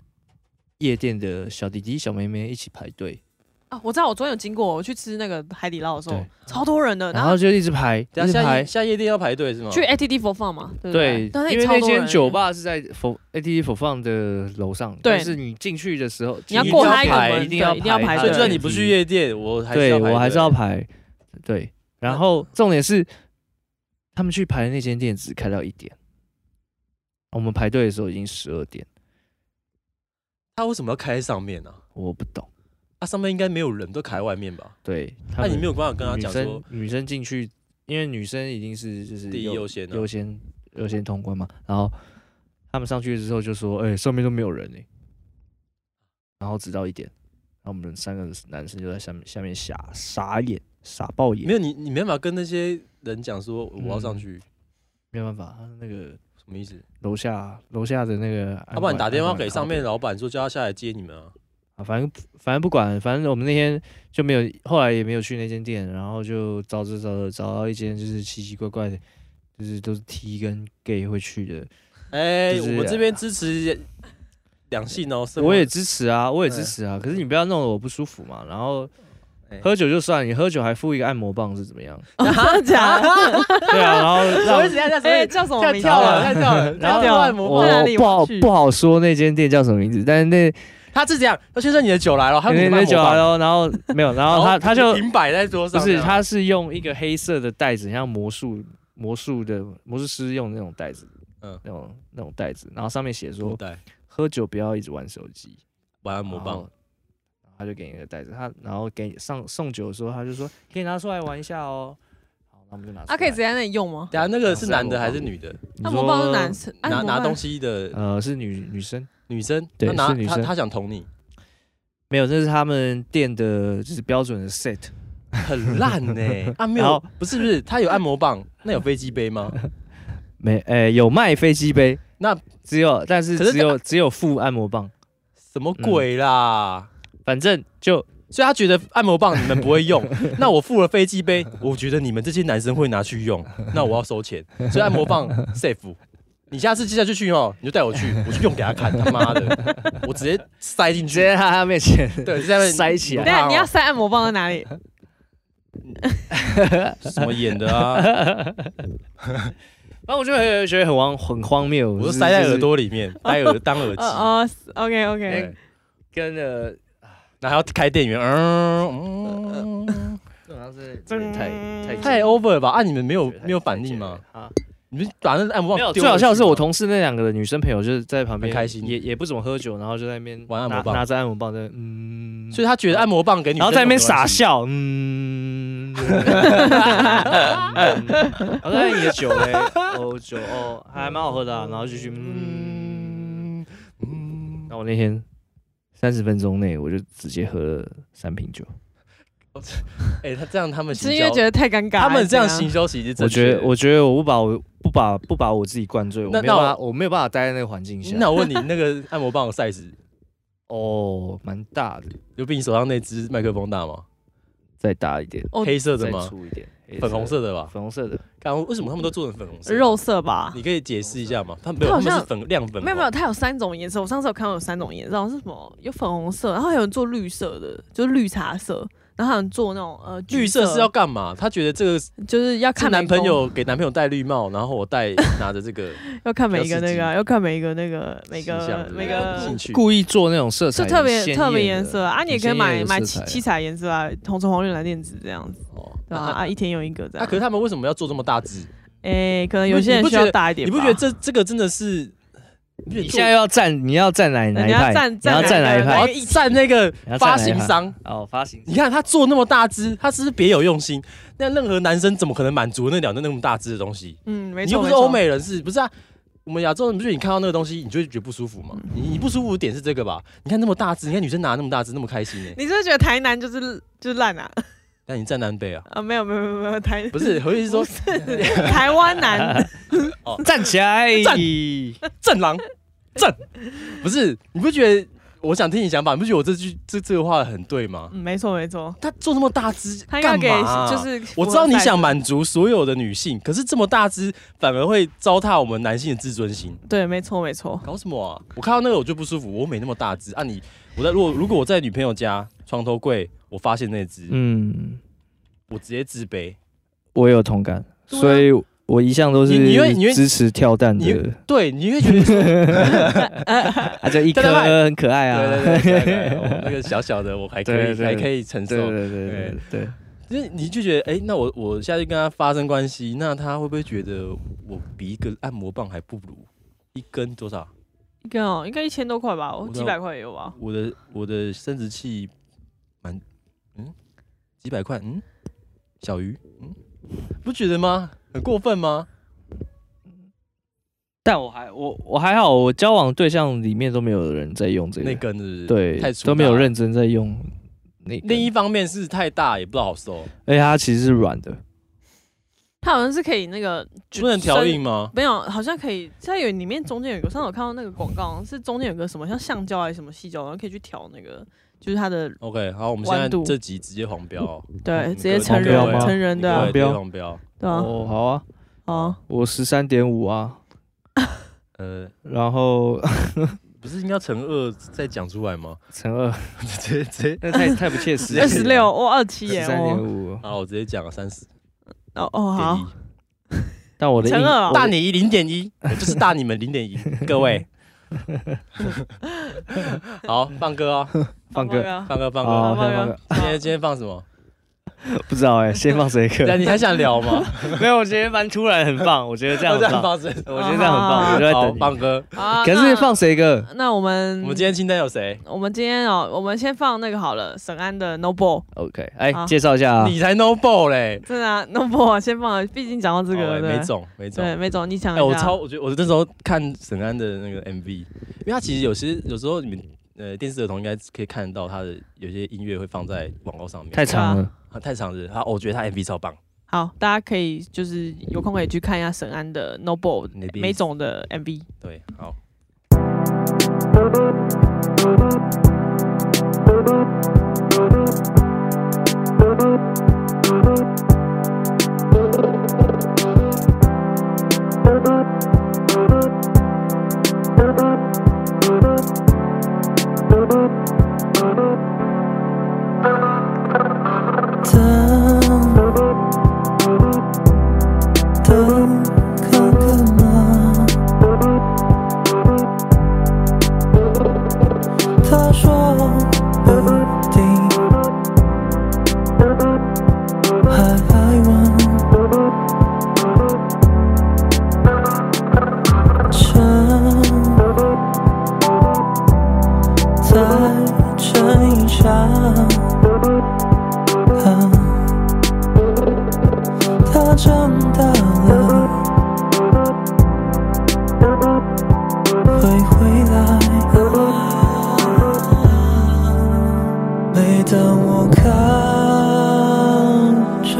[SPEAKER 1] 夜店的小弟弟、小妹妹一起排队，
[SPEAKER 3] 啊，我知道，我昨天有经过，我去吃那个海底捞的时候
[SPEAKER 1] 对，
[SPEAKER 3] 超多人的，然
[SPEAKER 1] 然后
[SPEAKER 3] 后
[SPEAKER 1] 就一直排，一
[SPEAKER 2] 呃等一
[SPEAKER 1] 直
[SPEAKER 2] 下下
[SPEAKER 1] 排
[SPEAKER 2] 夜。下夜店要排队是吗？啊
[SPEAKER 3] 去 ATT for fun 嘛，对不
[SPEAKER 1] 对
[SPEAKER 3] 对？但，是
[SPEAKER 1] 因为那间酒
[SPEAKER 3] 吧，
[SPEAKER 1] 吧是在佛 ATT 佛放的楼上，
[SPEAKER 3] 对
[SPEAKER 1] 但是你进去的时候，
[SPEAKER 3] 你要
[SPEAKER 1] 一定
[SPEAKER 3] 过
[SPEAKER 1] 要
[SPEAKER 3] 它一个
[SPEAKER 1] 排
[SPEAKER 3] 门
[SPEAKER 1] 一定要
[SPEAKER 3] 对一定要排
[SPEAKER 2] 所以就
[SPEAKER 3] 队
[SPEAKER 2] 算你不去，夜店，我还是
[SPEAKER 1] 对
[SPEAKER 2] 要排队
[SPEAKER 1] 我还是要排，对。然后重点是，他们去排的那间店只开到一点，我们排队的时候已经十二点，
[SPEAKER 2] 他为什么要开在上面呢、啊？
[SPEAKER 1] 我不懂。
[SPEAKER 2] 他、上面应该没有人，都开外面吧？
[SPEAKER 1] 对，他
[SPEAKER 2] 那、
[SPEAKER 1] 们
[SPEAKER 2] 你没有办法跟他
[SPEAKER 1] 女
[SPEAKER 2] 讲说
[SPEAKER 1] 生女生进去，因为女生一定是就是
[SPEAKER 2] 第一
[SPEAKER 1] 优
[SPEAKER 2] 优先啊
[SPEAKER 1] 优先优先通关嘛，然后他们上去之后就说，哎、上面都没有人哎、然后直到一点，然后我们三个男生就在下面下面傻傻眼傻爆眼，
[SPEAKER 2] 没有你，你没办法跟那些人讲说我要
[SPEAKER 1] 嗯
[SPEAKER 2] 上去，
[SPEAKER 1] 没有办法，他那个
[SPEAKER 2] 什么意思？
[SPEAKER 1] 楼下楼下的那个安管，
[SPEAKER 2] 要不然你打电话给上面
[SPEAKER 1] 安
[SPEAKER 2] 的老板说叫他下来接你们啊。
[SPEAKER 1] 管靠北啊，反正反正不管，反正我们那天就没有，后来也没有去那间店，然后就找着找着找到一间就是奇奇怪怪的，就是都是 T 跟 gay 会去的。
[SPEAKER 2] 哎、
[SPEAKER 1] 就是啊
[SPEAKER 2] 我们这边支持两性哦，生活
[SPEAKER 1] 我也支持啊，我也
[SPEAKER 2] 对
[SPEAKER 1] 支持啊。可是你不要弄得我不舒服嘛。然后
[SPEAKER 2] 哎
[SPEAKER 1] 喝酒就算，你喝酒还附一个按摩棒是怎么 样？
[SPEAKER 3] 真的啊假的？
[SPEAKER 1] 对啊，然后让
[SPEAKER 2] 一下，下
[SPEAKER 3] 哎，叫什么名字
[SPEAKER 1] 跳了
[SPEAKER 3] 啊？
[SPEAKER 2] 跳了，
[SPEAKER 1] 然后
[SPEAKER 3] 跳了
[SPEAKER 2] 按摩啊
[SPEAKER 1] 我
[SPEAKER 3] 棒哪里
[SPEAKER 1] 不好
[SPEAKER 3] 我去
[SPEAKER 1] 不好说那间店叫什么名字，但是那
[SPEAKER 2] 他是这样，他先生你的酒来了，他
[SPEAKER 1] 那那酒来喽，然后没有，然后他他就
[SPEAKER 2] 平摆在桌
[SPEAKER 1] 不
[SPEAKER 2] 上，
[SPEAKER 1] 是，他是用一个黑色的袋子，很像魔术魔术的魔术师用那种袋子，
[SPEAKER 2] 嗯
[SPEAKER 1] 那种那种袋子，然后上面写
[SPEAKER 2] 我
[SPEAKER 1] 说
[SPEAKER 2] 带
[SPEAKER 1] 喝酒不要一直玩手机，
[SPEAKER 2] 玩按摩棒，
[SPEAKER 1] 他就给你一个袋子，他然后给你上送酒的时候，他就说可以拿出来玩一下哦。好，那我们就拿出来。
[SPEAKER 3] 啊，可以直接在那里用吗？啊
[SPEAKER 2] 等下那
[SPEAKER 1] 哦
[SPEAKER 2] 个
[SPEAKER 1] 啊
[SPEAKER 2] 是男的还是女的？
[SPEAKER 1] 你
[SPEAKER 3] 按
[SPEAKER 1] 说
[SPEAKER 3] 摩棒是男生，
[SPEAKER 1] 啊
[SPEAKER 3] 按
[SPEAKER 2] 拿
[SPEAKER 3] 摩
[SPEAKER 2] 拿
[SPEAKER 3] 棒
[SPEAKER 2] 东西的
[SPEAKER 1] 呃，是女女生
[SPEAKER 2] 女生，
[SPEAKER 1] 对
[SPEAKER 2] 她拿
[SPEAKER 1] 是女
[SPEAKER 2] 她
[SPEAKER 1] 生
[SPEAKER 2] 她想捅你，
[SPEAKER 1] 没有，这是他们店的就是标准的 set。
[SPEAKER 2] 很烂 呢。啊，没
[SPEAKER 1] 然
[SPEAKER 2] 有
[SPEAKER 1] 后，
[SPEAKER 2] 不是不是，她有按摩棒，那有飞机杯吗？
[SPEAKER 1] 没，诶、有卖飞机杯，
[SPEAKER 2] 那
[SPEAKER 1] 只有但是
[SPEAKER 2] 可是
[SPEAKER 1] 只有只有附按摩棒，
[SPEAKER 2] 什么
[SPEAKER 1] 嗯
[SPEAKER 2] 鬼啦？
[SPEAKER 1] 反正就
[SPEAKER 2] 所以他觉得按摩棒你们不会 用，那我付了飞机杯，我觉得你们这些男生会拿去用，那我要收钱，所以按摩棒 safe。你下次接下去去哦，你就带我 去，我去用给他看，他妈的，我直接塞进
[SPEAKER 1] 直
[SPEAKER 2] 去，
[SPEAKER 1] 接在他面前
[SPEAKER 2] 对， 在那边
[SPEAKER 1] 塞起来
[SPEAKER 3] 等一下你要
[SPEAKER 2] 什
[SPEAKER 3] 塞按摩棒在 哪里？
[SPEAKER 2] 么演的啊？
[SPEAKER 1] 然后我就很觉得很荒很荒谬，
[SPEAKER 2] 我就是塞在耳，
[SPEAKER 1] 就
[SPEAKER 2] 朵里面，戴耳当 耳
[SPEAKER 3] 哦
[SPEAKER 2] 机，
[SPEAKER 3] 哦，OK OK，
[SPEAKER 2] 对，
[SPEAKER 1] 是跟呃，
[SPEAKER 2] 然后还要开电源，嗯，嗯
[SPEAKER 1] 这种好像是真的太太
[SPEAKER 2] 太 over 了吧？啊，你们没有
[SPEAKER 1] 觉得太
[SPEAKER 2] 没有反应吗？？
[SPEAKER 1] 啊，
[SPEAKER 2] 你们把那按摩
[SPEAKER 1] 没有，
[SPEAKER 2] 棒
[SPEAKER 1] 最
[SPEAKER 2] 丢
[SPEAKER 1] 好笑的
[SPEAKER 2] 回去
[SPEAKER 1] 是我
[SPEAKER 2] 吗
[SPEAKER 1] 同事那两个女生朋友就是在旁边
[SPEAKER 2] 很开心
[SPEAKER 1] 也也不怎么喝酒，然后就在那边
[SPEAKER 2] 玩按摩
[SPEAKER 1] 拿
[SPEAKER 2] 棒
[SPEAKER 1] 拿着按摩棒在嗯，
[SPEAKER 2] 所以他觉得按摩棒给你，
[SPEAKER 1] 然后在那边傻笑， 嗯，我说哎你的酒嘞，哦酒哦还蛮好喝的啊，然后继续嗯，
[SPEAKER 2] 嗯嗯，
[SPEAKER 1] 那我那天三十分钟内我就直接喝了三瓶酒，
[SPEAKER 2] 哎、他这样他们行
[SPEAKER 3] 是因为
[SPEAKER 2] 销
[SPEAKER 3] 觉得啊太尴尬了，
[SPEAKER 2] 他们这样
[SPEAKER 3] 怎
[SPEAKER 2] 行销其实是
[SPEAKER 1] 我
[SPEAKER 2] 正确
[SPEAKER 1] 觉
[SPEAKER 2] 的
[SPEAKER 1] 得我觉得我不把我不把不把我自己灌醉，我
[SPEAKER 2] 那
[SPEAKER 1] 没有
[SPEAKER 2] 那我
[SPEAKER 1] 办法我没有办法待在那个环境下，
[SPEAKER 2] 那我问你，那个 按摩棒的 size
[SPEAKER 1] 哦蛮大的，
[SPEAKER 2] 有比你手上那只麦克风大吗？
[SPEAKER 1] 再大一点，
[SPEAKER 3] 哦
[SPEAKER 2] 黑色的
[SPEAKER 1] 再
[SPEAKER 2] 吗？
[SPEAKER 1] 粗一点，黑
[SPEAKER 2] 粉红色的吧？
[SPEAKER 1] 粉红色的，
[SPEAKER 2] 看为什么他们都做成粉红色？
[SPEAKER 3] 肉色吧？
[SPEAKER 2] 你可以解释一下吗？他们没有，
[SPEAKER 3] 它
[SPEAKER 2] 他
[SPEAKER 3] 好像
[SPEAKER 2] 们是粉亮粉吗，
[SPEAKER 3] 没有没有，它有三种颜色。我上次有看到有三种颜色，好像是什么有粉红色，然后还有人做绿色的，就是绿茶色，然后还有人做那种呃橘
[SPEAKER 2] 绿色是要干嘛？他觉得这个是
[SPEAKER 3] 就是要看
[SPEAKER 2] 男
[SPEAKER 3] 每个
[SPEAKER 2] 朋友给男朋友戴绿帽，然后我戴 拿着这个
[SPEAKER 3] 要看每一
[SPEAKER 2] 比较
[SPEAKER 3] 个
[SPEAKER 2] 刺
[SPEAKER 3] 那
[SPEAKER 2] 激
[SPEAKER 3] 个啊，要看每一个那个每
[SPEAKER 2] 形象
[SPEAKER 3] 个
[SPEAKER 2] 之类
[SPEAKER 3] 每
[SPEAKER 2] 的
[SPEAKER 3] 个
[SPEAKER 2] 兴 趣。
[SPEAKER 1] 故意做那种色彩
[SPEAKER 3] 是
[SPEAKER 1] 很
[SPEAKER 3] 特别
[SPEAKER 1] 鲜
[SPEAKER 3] 特别
[SPEAKER 1] 艳
[SPEAKER 3] 颜
[SPEAKER 1] 的
[SPEAKER 3] 色啊，啊你也
[SPEAKER 1] 很
[SPEAKER 3] 可以
[SPEAKER 1] 鲜艳
[SPEAKER 3] 买
[SPEAKER 1] 的
[SPEAKER 3] 买
[SPEAKER 1] 色
[SPEAKER 3] 七
[SPEAKER 1] 彩
[SPEAKER 3] 七彩颜色啊，红橙黄绿蓝靛紫这样子，
[SPEAKER 2] 哦，
[SPEAKER 3] 对
[SPEAKER 2] 那
[SPEAKER 3] 吧？啊，一天有一个这
[SPEAKER 2] 那
[SPEAKER 3] 样
[SPEAKER 2] 可。是他们为什么要做这么大只？
[SPEAKER 3] 哎，可能有
[SPEAKER 2] 不
[SPEAKER 3] 些
[SPEAKER 2] 你
[SPEAKER 3] 人
[SPEAKER 2] 不
[SPEAKER 3] 需
[SPEAKER 2] 觉
[SPEAKER 3] 要
[SPEAKER 2] 得
[SPEAKER 3] 大一点
[SPEAKER 2] 你
[SPEAKER 3] 吧，
[SPEAKER 2] 不觉得这这个真的是？
[SPEAKER 1] 你现在要站，你要站哪哪
[SPEAKER 3] 那
[SPEAKER 1] 一
[SPEAKER 3] 你要
[SPEAKER 1] 派？
[SPEAKER 3] 站
[SPEAKER 1] 你要站哪一
[SPEAKER 3] 哪
[SPEAKER 1] 派
[SPEAKER 3] 一？
[SPEAKER 2] 要站那个
[SPEAKER 1] 你要站
[SPEAKER 2] 发
[SPEAKER 1] 哪一
[SPEAKER 2] 行
[SPEAKER 1] 行
[SPEAKER 2] 商？
[SPEAKER 1] 哦，发行
[SPEAKER 2] 你看他做那么大只，他是不是别有用心？那任何男生怎么可能满足那两个那么大只的东西？
[SPEAKER 3] 嗯，没错，
[SPEAKER 2] 你又不是
[SPEAKER 3] 没错
[SPEAKER 2] 欧，美人士，不是啊？我们亚洲人不是你看到那个东西，你就会觉得不舒服嘛？你你不舒服的点是这个吧？你看那么大只，你看女生拿那么大只，那么开心呢、
[SPEAKER 3] 你是不是觉得台南就是就是烂啊？
[SPEAKER 2] 那你站南北啊？
[SPEAKER 3] 啊，没有没有没有没有台
[SPEAKER 2] 不是，何意思 说
[SPEAKER 3] 不是 台湾男，
[SPEAKER 1] 站起来，
[SPEAKER 2] 站正狼正，不是？你不觉得？我想听你想法，你不觉得我这句这这个话很对吗？
[SPEAKER 3] 嗯，没错没错，
[SPEAKER 2] 他做那么大只，
[SPEAKER 3] 他应该给
[SPEAKER 2] 干嘛啊
[SPEAKER 3] 就是
[SPEAKER 2] 我知道你想
[SPEAKER 3] 买，
[SPEAKER 2] 满足所有的女性，可是这么大只反而会糟蹋我们男性的自尊心。
[SPEAKER 3] 对，没错没错，
[SPEAKER 2] 搞什么啊？我看到那个我就不舒服，我没那么大只啊你。我在如果如果我在女朋友家床头柜，我发现那只，
[SPEAKER 1] 嗯，
[SPEAKER 2] 我直接自卑。
[SPEAKER 1] 我有同感，
[SPEAKER 3] 对啊
[SPEAKER 1] 所以我一向都是
[SPEAKER 2] 你你会你会
[SPEAKER 1] 支持跳蛋
[SPEAKER 2] 你
[SPEAKER 1] 的，
[SPEAKER 2] 对，你会觉 得说
[SPEAKER 1] 啊，这一颗
[SPEAKER 2] 跳蛋派
[SPEAKER 1] 很可爱啊，
[SPEAKER 2] 对对对对，对我那个小小的我还可以
[SPEAKER 1] 对对对
[SPEAKER 2] 还可以承受
[SPEAKER 1] 对，对对对对，
[SPEAKER 2] 就是你就觉得哎、那我我下去跟他发生关系，那他会不会觉得我比一个按摩棒还不如？一根多少？
[SPEAKER 3] 一根哦，应该一千多块吧，我
[SPEAKER 2] 知道
[SPEAKER 3] 几百块也有吧，
[SPEAKER 2] 我的我的生殖器蛮嗯几百块嗯小鱼嗯不觉得吗？很过分吗？
[SPEAKER 1] 但我还我我还好，我交往对象里面都没有人在用这
[SPEAKER 2] 那
[SPEAKER 1] 个，
[SPEAKER 2] 根是不是
[SPEAKER 1] 对
[SPEAKER 2] 太，粗
[SPEAKER 1] 都没
[SPEAKER 2] 大
[SPEAKER 1] 有
[SPEAKER 2] 了
[SPEAKER 1] 认真在用那个，
[SPEAKER 2] 另一方面是太大也不好收，
[SPEAKER 1] 而且哎它其实是软的，
[SPEAKER 3] 它好像是可以那个
[SPEAKER 2] 不能调音，吗？
[SPEAKER 3] 没有，好像可以，它有里面中间有一个，上次我看到那个广告，是中间有个什么像橡胶还是什么细胶，然后可以去调那个，就是它的
[SPEAKER 2] OK，好，我们现在
[SPEAKER 3] 弯度
[SPEAKER 2] 这集直接黄标哦，
[SPEAKER 3] 对，
[SPEAKER 2] 嗯
[SPEAKER 3] 直
[SPEAKER 2] 各
[SPEAKER 3] 接
[SPEAKER 2] 位
[SPEAKER 3] 成
[SPEAKER 1] 黄标
[SPEAKER 3] 人
[SPEAKER 1] 吗
[SPEAKER 3] 成人的
[SPEAKER 2] 各
[SPEAKER 3] 啊
[SPEAKER 2] 位
[SPEAKER 1] 黄标
[SPEAKER 2] 直接黄标，
[SPEAKER 3] 对啊，
[SPEAKER 1] 哦，好啊，
[SPEAKER 3] 哦，
[SPEAKER 1] 我十三点五啊，
[SPEAKER 2] 呃，
[SPEAKER 1] 然后
[SPEAKER 2] 不是应该乘二再讲出来吗？
[SPEAKER 1] 乘二，
[SPEAKER 2] 直接直接，
[SPEAKER 1] 那太太不切 实际了。
[SPEAKER 3] 二十六，我二七耶，
[SPEAKER 1] 十三点
[SPEAKER 3] 哦
[SPEAKER 1] 五，
[SPEAKER 2] 好，我直接讲三十
[SPEAKER 3] 哦哦
[SPEAKER 2] 点
[SPEAKER 3] 好，
[SPEAKER 2] 一，
[SPEAKER 1] 但我的
[SPEAKER 3] 乘
[SPEAKER 1] 硬
[SPEAKER 3] 二哦
[SPEAKER 2] 大你零点一，我就是大你们零 点一，各位。好，放歌哦，
[SPEAKER 1] 放
[SPEAKER 3] 好
[SPEAKER 1] 歌
[SPEAKER 3] 吧
[SPEAKER 2] 放歌，放
[SPEAKER 1] 好
[SPEAKER 2] 歌。
[SPEAKER 3] 好
[SPEAKER 1] 放
[SPEAKER 3] 吧
[SPEAKER 1] 歌
[SPEAKER 2] 今天今天放什么？
[SPEAKER 1] 不知道 哎、先放谁
[SPEAKER 2] 那
[SPEAKER 1] 歌？
[SPEAKER 2] 你还想聊吗？
[SPEAKER 1] 没有，我觉得蛮突然，很棒，我觉 得这样
[SPEAKER 2] 这
[SPEAKER 1] 很
[SPEAKER 2] 样
[SPEAKER 1] 棒，啊
[SPEAKER 2] 放生。
[SPEAKER 1] 我觉得这样很棒，我就在
[SPEAKER 2] 好，
[SPEAKER 1] 等
[SPEAKER 2] 棒
[SPEAKER 1] 你。嗯
[SPEAKER 2] 哥，
[SPEAKER 3] 啊
[SPEAKER 1] 可是放谁歌？
[SPEAKER 3] 那那我们
[SPEAKER 2] 我们今天清单有谁？
[SPEAKER 3] 我们今天哦，我们先放那个好了，沈安的 No Ball，
[SPEAKER 1] OK，哎、
[SPEAKER 3] 好
[SPEAKER 1] 介绍一下啊，
[SPEAKER 2] 你才 no ball 嘞！
[SPEAKER 3] 真的啊 No Ball 先放了，毕竟讲到这
[SPEAKER 2] 哦
[SPEAKER 3] 个
[SPEAKER 2] 哎
[SPEAKER 3] 对
[SPEAKER 2] 没中，没中。
[SPEAKER 3] 对，梅总你讲
[SPEAKER 2] 哎、
[SPEAKER 3] 一下，
[SPEAKER 2] 我超，我觉得我那时候看沈安的那个 MV，因为他其实有时有时候你们呃电视儿童应该可以看得到他的有些音乐会放在广告上面，
[SPEAKER 1] 太长了，
[SPEAKER 2] 啊太长了。他、我觉得他 MV 超棒，
[SPEAKER 3] 好，大家可以就是有空可以去看一下沈安的 No Ball
[SPEAKER 2] 那边
[SPEAKER 3] 梅总的 MV。
[SPEAKER 2] 对，好。
[SPEAKER 4] 他说不定还爱我，撑再撑一下，啊他长大了会回来。每当我看着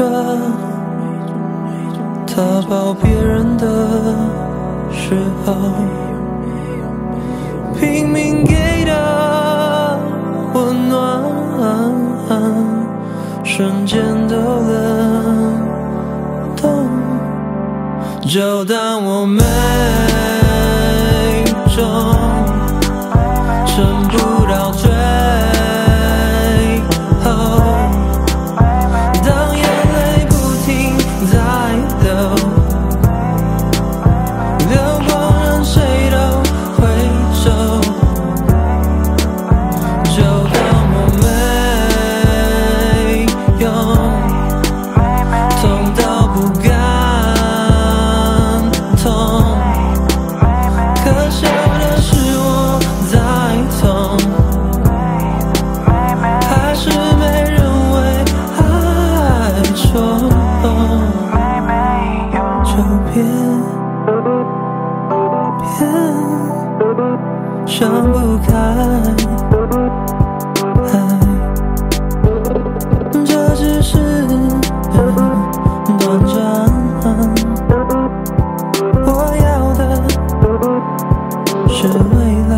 [SPEAKER 4] 他抱别人的时候，拼命给的温暖，瞬间都冷冻。就当我没中，撑不到最后，当眼泪不停在流，流过让谁都回首。就当我没用。痛到不敢痛，可笑的是我在痛，还是没人为爱错，就别别想不开。这只是呃短暂。我要的呃是未来，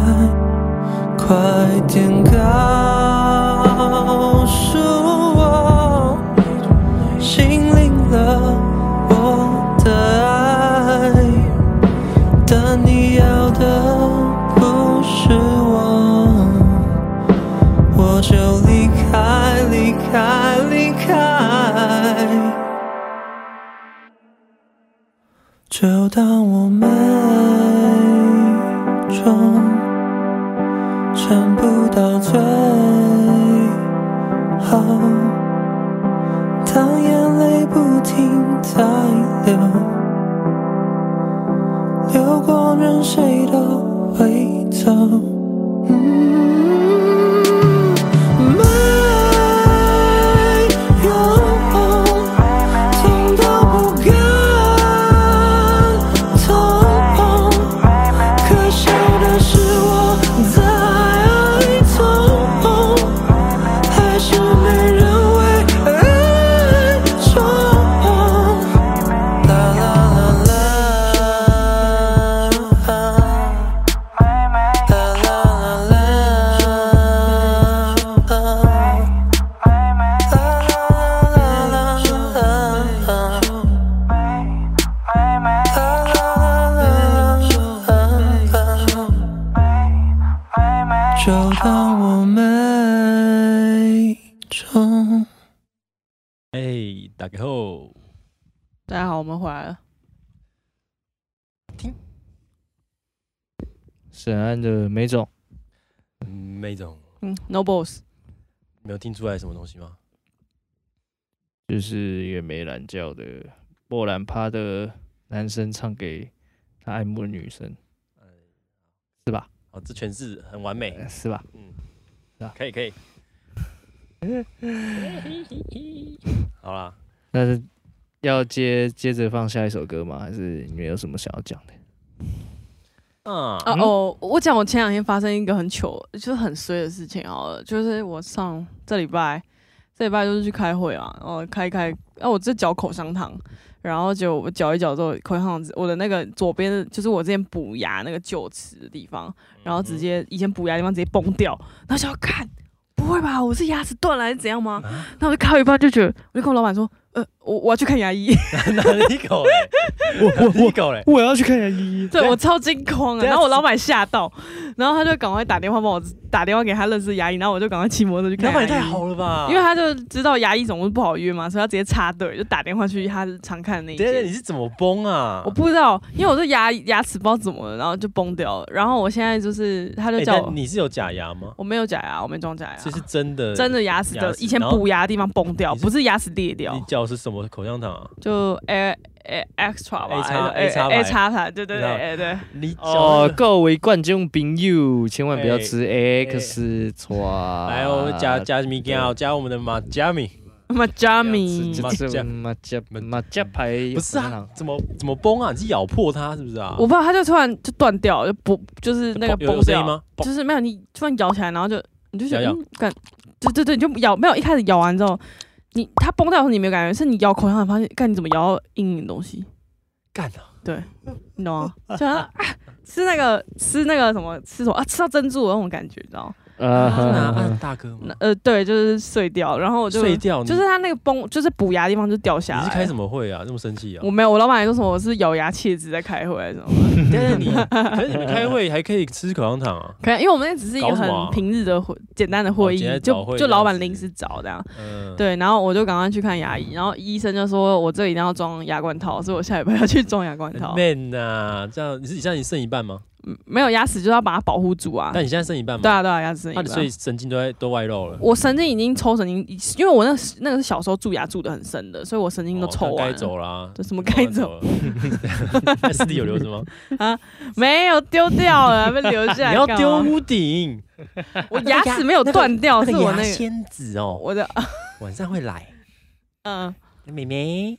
[SPEAKER 4] 快点告诉我，心领了我的爱，但你要的不是我。我就离开，离开，离开。就当我没中，撑不到最后，当眼泪不停在流，流过任谁都会走。没有痛到不敢痛，可笑的是我在爱痛，还是没人为爱痛。啦啦啦啦。啦啦啦啦，就当我没中。
[SPEAKER 2] 哎、打开后，
[SPEAKER 3] 大啊家好，我们回来了。
[SPEAKER 1] 沈安的梅总，
[SPEAKER 2] 嗯梅总
[SPEAKER 3] 嗯，No Balls，
[SPEAKER 2] 没有听出来什么东西吗？
[SPEAKER 1] 就是一个没懒觉的莫兰趴的男生唱给他爱慕的女生，是吧？
[SPEAKER 2] 好，哦这诠释很完美，
[SPEAKER 1] 呃是吧？
[SPEAKER 2] 可以可 以。好啦，
[SPEAKER 1] 但是要接接着放下一首歌吗？还是你们有什么想要讲的？
[SPEAKER 2] 嗯，
[SPEAKER 3] 啊哦，我讲我前两天发生一个很糗，就是很衰的事情好了，就是我上这礼拜，这礼拜就是去开会嘛，然后开一开，啊我这嚼口香糖，然后结果我嚼一嚼之后，口香糖子我的那个左边的就是我之前补牙那个臼齿的地方，然后直接以前补牙的地方直接崩掉，然后想要看，不会吧，我是牙齿断了还是怎样吗？然后我就开到一半就觉得，我就跟我老板说，呃，我我要去看牙医，
[SPEAKER 2] 哪里狗 嘞？
[SPEAKER 1] 我
[SPEAKER 2] 哪里狗嘞？
[SPEAKER 1] 我要去看一下依依。
[SPEAKER 3] 对我超惊慌啊！然后我老板吓到，然后他就赶快打电话帮我打电话给他认识的牙医，然后我就赶快骑摩托车去看
[SPEAKER 2] 老板
[SPEAKER 3] 牙医。
[SPEAKER 2] 也太好了吧！
[SPEAKER 3] 因为他就知道牙医总是不好约嘛，所以他直接插队就打电话去他常看的那一
[SPEAKER 2] 等一下
[SPEAKER 3] 间
[SPEAKER 2] 你。是怎么崩啊？
[SPEAKER 3] 我不知道，因为我的牙牙齿不知道怎么了，然后就崩掉了。然后我现在就是，他就
[SPEAKER 2] 哎
[SPEAKER 3] 叫我，
[SPEAKER 2] 但你是有假牙吗？
[SPEAKER 3] 我没有假牙，我没装假牙，
[SPEAKER 2] 这是真的，
[SPEAKER 3] 真。的牙齿
[SPEAKER 2] 牙
[SPEAKER 3] 的，
[SPEAKER 2] 齿
[SPEAKER 3] 以前
[SPEAKER 2] 然后
[SPEAKER 3] 补牙的地方崩掉，
[SPEAKER 2] 你是
[SPEAKER 3] 不是牙齿裂掉
[SPEAKER 2] 你，脚是什么口香糖啊？
[SPEAKER 3] 就 a a extra 吧
[SPEAKER 2] A
[SPEAKER 3] 哎
[SPEAKER 2] 叉 A 叉
[SPEAKER 3] a
[SPEAKER 2] 牌
[SPEAKER 3] 叉牌，对对
[SPEAKER 2] 然
[SPEAKER 3] 对
[SPEAKER 2] 后
[SPEAKER 3] 哎对。
[SPEAKER 2] 你脚
[SPEAKER 1] 哦
[SPEAKER 2] 是，
[SPEAKER 1] 各位观众朋友，千万不要吃
[SPEAKER 2] 哎
[SPEAKER 1] X
[SPEAKER 3] 啊
[SPEAKER 1] 错。
[SPEAKER 2] 来哦，加加米加加我们的马加米，
[SPEAKER 3] m a j a m
[SPEAKER 2] 麻
[SPEAKER 1] 这
[SPEAKER 2] 将
[SPEAKER 1] 马甲马甲
[SPEAKER 3] 哎
[SPEAKER 1] 牌口
[SPEAKER 2] 不是
[SPEAKER 1] 香
[SPEAKER 2] 啊
[SPEAKER 1] 糖，
[SPEAKER 2] 怎么怎么崩啊？你是咬破它是不是啊？
[SPEAKER 3] 我不知道，他就突然就断掉，就不就是那个
[SPEAKER 2] 有
[SPEAKER 3] 崩
[SPEAKER 2] 有声
[SPEAKER 3] 掉
[SPEAKER 2] 音吗？嘣
[SPEAKER 3] 就是没有，你突然咬起来，然后就你就觉得
[SPEAKER 2] 咬咬
[SPEAKER 3] 嗯，感，对对对，你就咬没有，一开始咬完之后，你它崩掉的时候你没有感觉，是你咬口香糖发现，干你怎么咬到硬硬的东西，
[SPEAKER 2] 干啊！
[SPEAKER 3] 你 懂吗？就像啊吃那个吃那个什么吃什么啊，吃到珍珠的那种感觉，你知道吗？
[SPEAKER 1] 啊
[SPEAKER 2] 是哪
[SPEAKER 1] 哈
[SPEAKER 2] 按
[SPEAKER 1] 哈
[SPEAKER 2] 大哥
[SPEAKER 3] 那
[SPEAKER 2] 吗？
[SPEAKER 3] 呃，对，就是碎掉，然后我就
[SPEAKER 2] 碎掉，你
[SPEAKER 3] 就是它那个崩，就是补牙的地方就掉下
[SPEAKER 2] 你
[SPEAKER 3] 来。
[SPEAKER 2] 是开什么会啊？这么生气啊
[SPEAKER 3] 我？没有，我老板还说什么我是咬牙切齿在开会还是什么的，
[SPEAKER 2] 但是你，可是你们开会还可以吃口香糖 啊？
[SPEAKER 3] 可能因为我们那只是一
[SPEAKER 2] 搞
[SPEAKER 3] 个
[SPEAKER 2] 什
[SPEAKER 3] 很
[SPEAKER 2] 么啊
[SPEAKER 3] 平日的会简单的会
[SPEAKER 2] 哦简
[SPEAKER 3] 议，
[SPEAKER 2] 单
[SPEAKER 3] 就
[SPEAKER 2] 早会
[SPEAKER 3] 就
[SPEAKER 2] 这样
[SPEAKER 3] 老板
[SPEAKER 2] 子
[SPEAKER 3] 临时找这样，
[SPEAKER 2] 嗯，，
[SPEAKER 3] 对，然后我就赶快去看牙医，然后医生就说我这一定要装牙冠套，所以我下礼拜要去装牙冠套
[SPEAKER 2] 很。man 呐，这样你是你现在你剩一半吗？
[SPEAKER 3] 嗯没有牙齿就是要把它保护住啊。
[SPEAKER 2] 但你现在剩一半吗？
[SPEAKER 3] 对啊，对啊，牙齿剩一
[SPEAKER 2] 那你所以
[SPEAKER 3] 半。
[SPEAKER 2] 神经都在都外露了，
[SPEAKER 3] 我神经已经抽神经，因为我那那个是小时候蛀牙蛀的很深的，所以我神经都
[SPEAKER 2] 哦
[SPEAKER 3] 抽
[SPEAKER 2] 该
[SPEAKER 3] 完了。
[SPEAKER 2] 走啦。
[SPEAKER 3] 对什么该走？
[SPEAKER 2] 了？ 那尸体有留着吗？
[SPEAKER 3] 没有丢掉了，被留下来。
[SPEAKER 2] 你要丢？屋顶，
[SPEAKER 3] 我牙齿没有断掉，哦是我
[SPEAKER 2] 牙
[SPEAKER 3] 那个
[SPEAKER 2] 仙子哦，
[SPEAKER 3] 我的
[SPEAKER 2] 晚上会来。
[SPEAKER 3] 嗯，
[SPEAKER 2] 妹妹，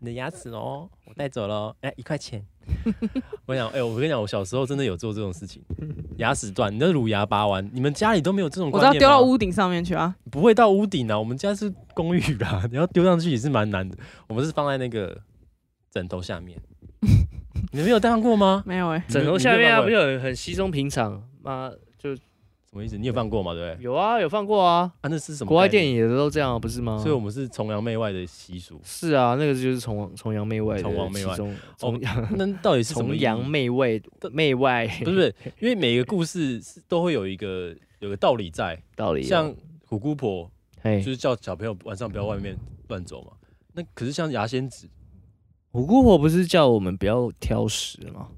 [SPEAKER 2] 你的牙齿哦，我带走了哦，哎，一 块钱。我跟你讲，哎、我跟你讲，我小时候真的有做这种事情，牙齿断，你的乳牙拔完，你们家里都没有这种
[SPEAKER 3] 我
[SPEAKER 2] 观
[SPEAKER 3] 都要
[SPEAKER 2] 念
[SPEAKER 3] 丢到
[SPEAKER 2] 吗
[SPEAKER 3] 屋顶上面去啊。
[SPEAKER 2] 不会到屋顶啊，我们家是公寓啦， 你要丢上去也是蛮难的。我们是放在那个枕头下 面，你们没有戴上过吗？
[SPEAKER 3] 没有哎、
[SPEAKER 1] 枕头下面啊，
[SPEAKER 2] 你
[SPEAKER 1] 不
[SPEAKER 2] 没
[SPEAKER 1] 就
[SPEAKER 2] 有
[SPEAKER 1] 很很稀松平常吗？就
[SPEAKER 2] 什么意思？你有放过吗？对不对？
[SPEAKER 1] 有啊，有放过啊，
[SPEAKER 2] 啊，那是什么？
[SPEAKER 1] 国外电
[SPEAKER 2] 影，
[SPEAKER 1] 影也都这样啊，不是吗？。
[SPEAKER 2] 所以我们是崇洋媚外的习俗
[SPEAKER 1] 是啊，那个就是崇洋崇洋媚外的
[SPEAKER 2] 崇洋媚外
[SPEAKER 1] 其中，崇洋
[SPEAKER 2] 那到底是什么
[SPEAKER 1] 崇
[SPEAKER 2] 意义？
[SPEAKER 1] 洋媚外
[SPEAKER 2] 的
[SPEAKER 1] 媚外
[SPEAKER 2] 不是不是，因为每个故事是都会有一个有个道理在，
[SPEAKER 1] 道理啊，
[SPEAKER 2] 像虎姑婆
[SPEAKER 1] 嘿
[SPEAKER 2] 就是叫小朋友晚上不要外面乱走嘛。那可是像牙仙子、
[SPEAKER 1] 我姑婆不是叫我们不要挑食吗？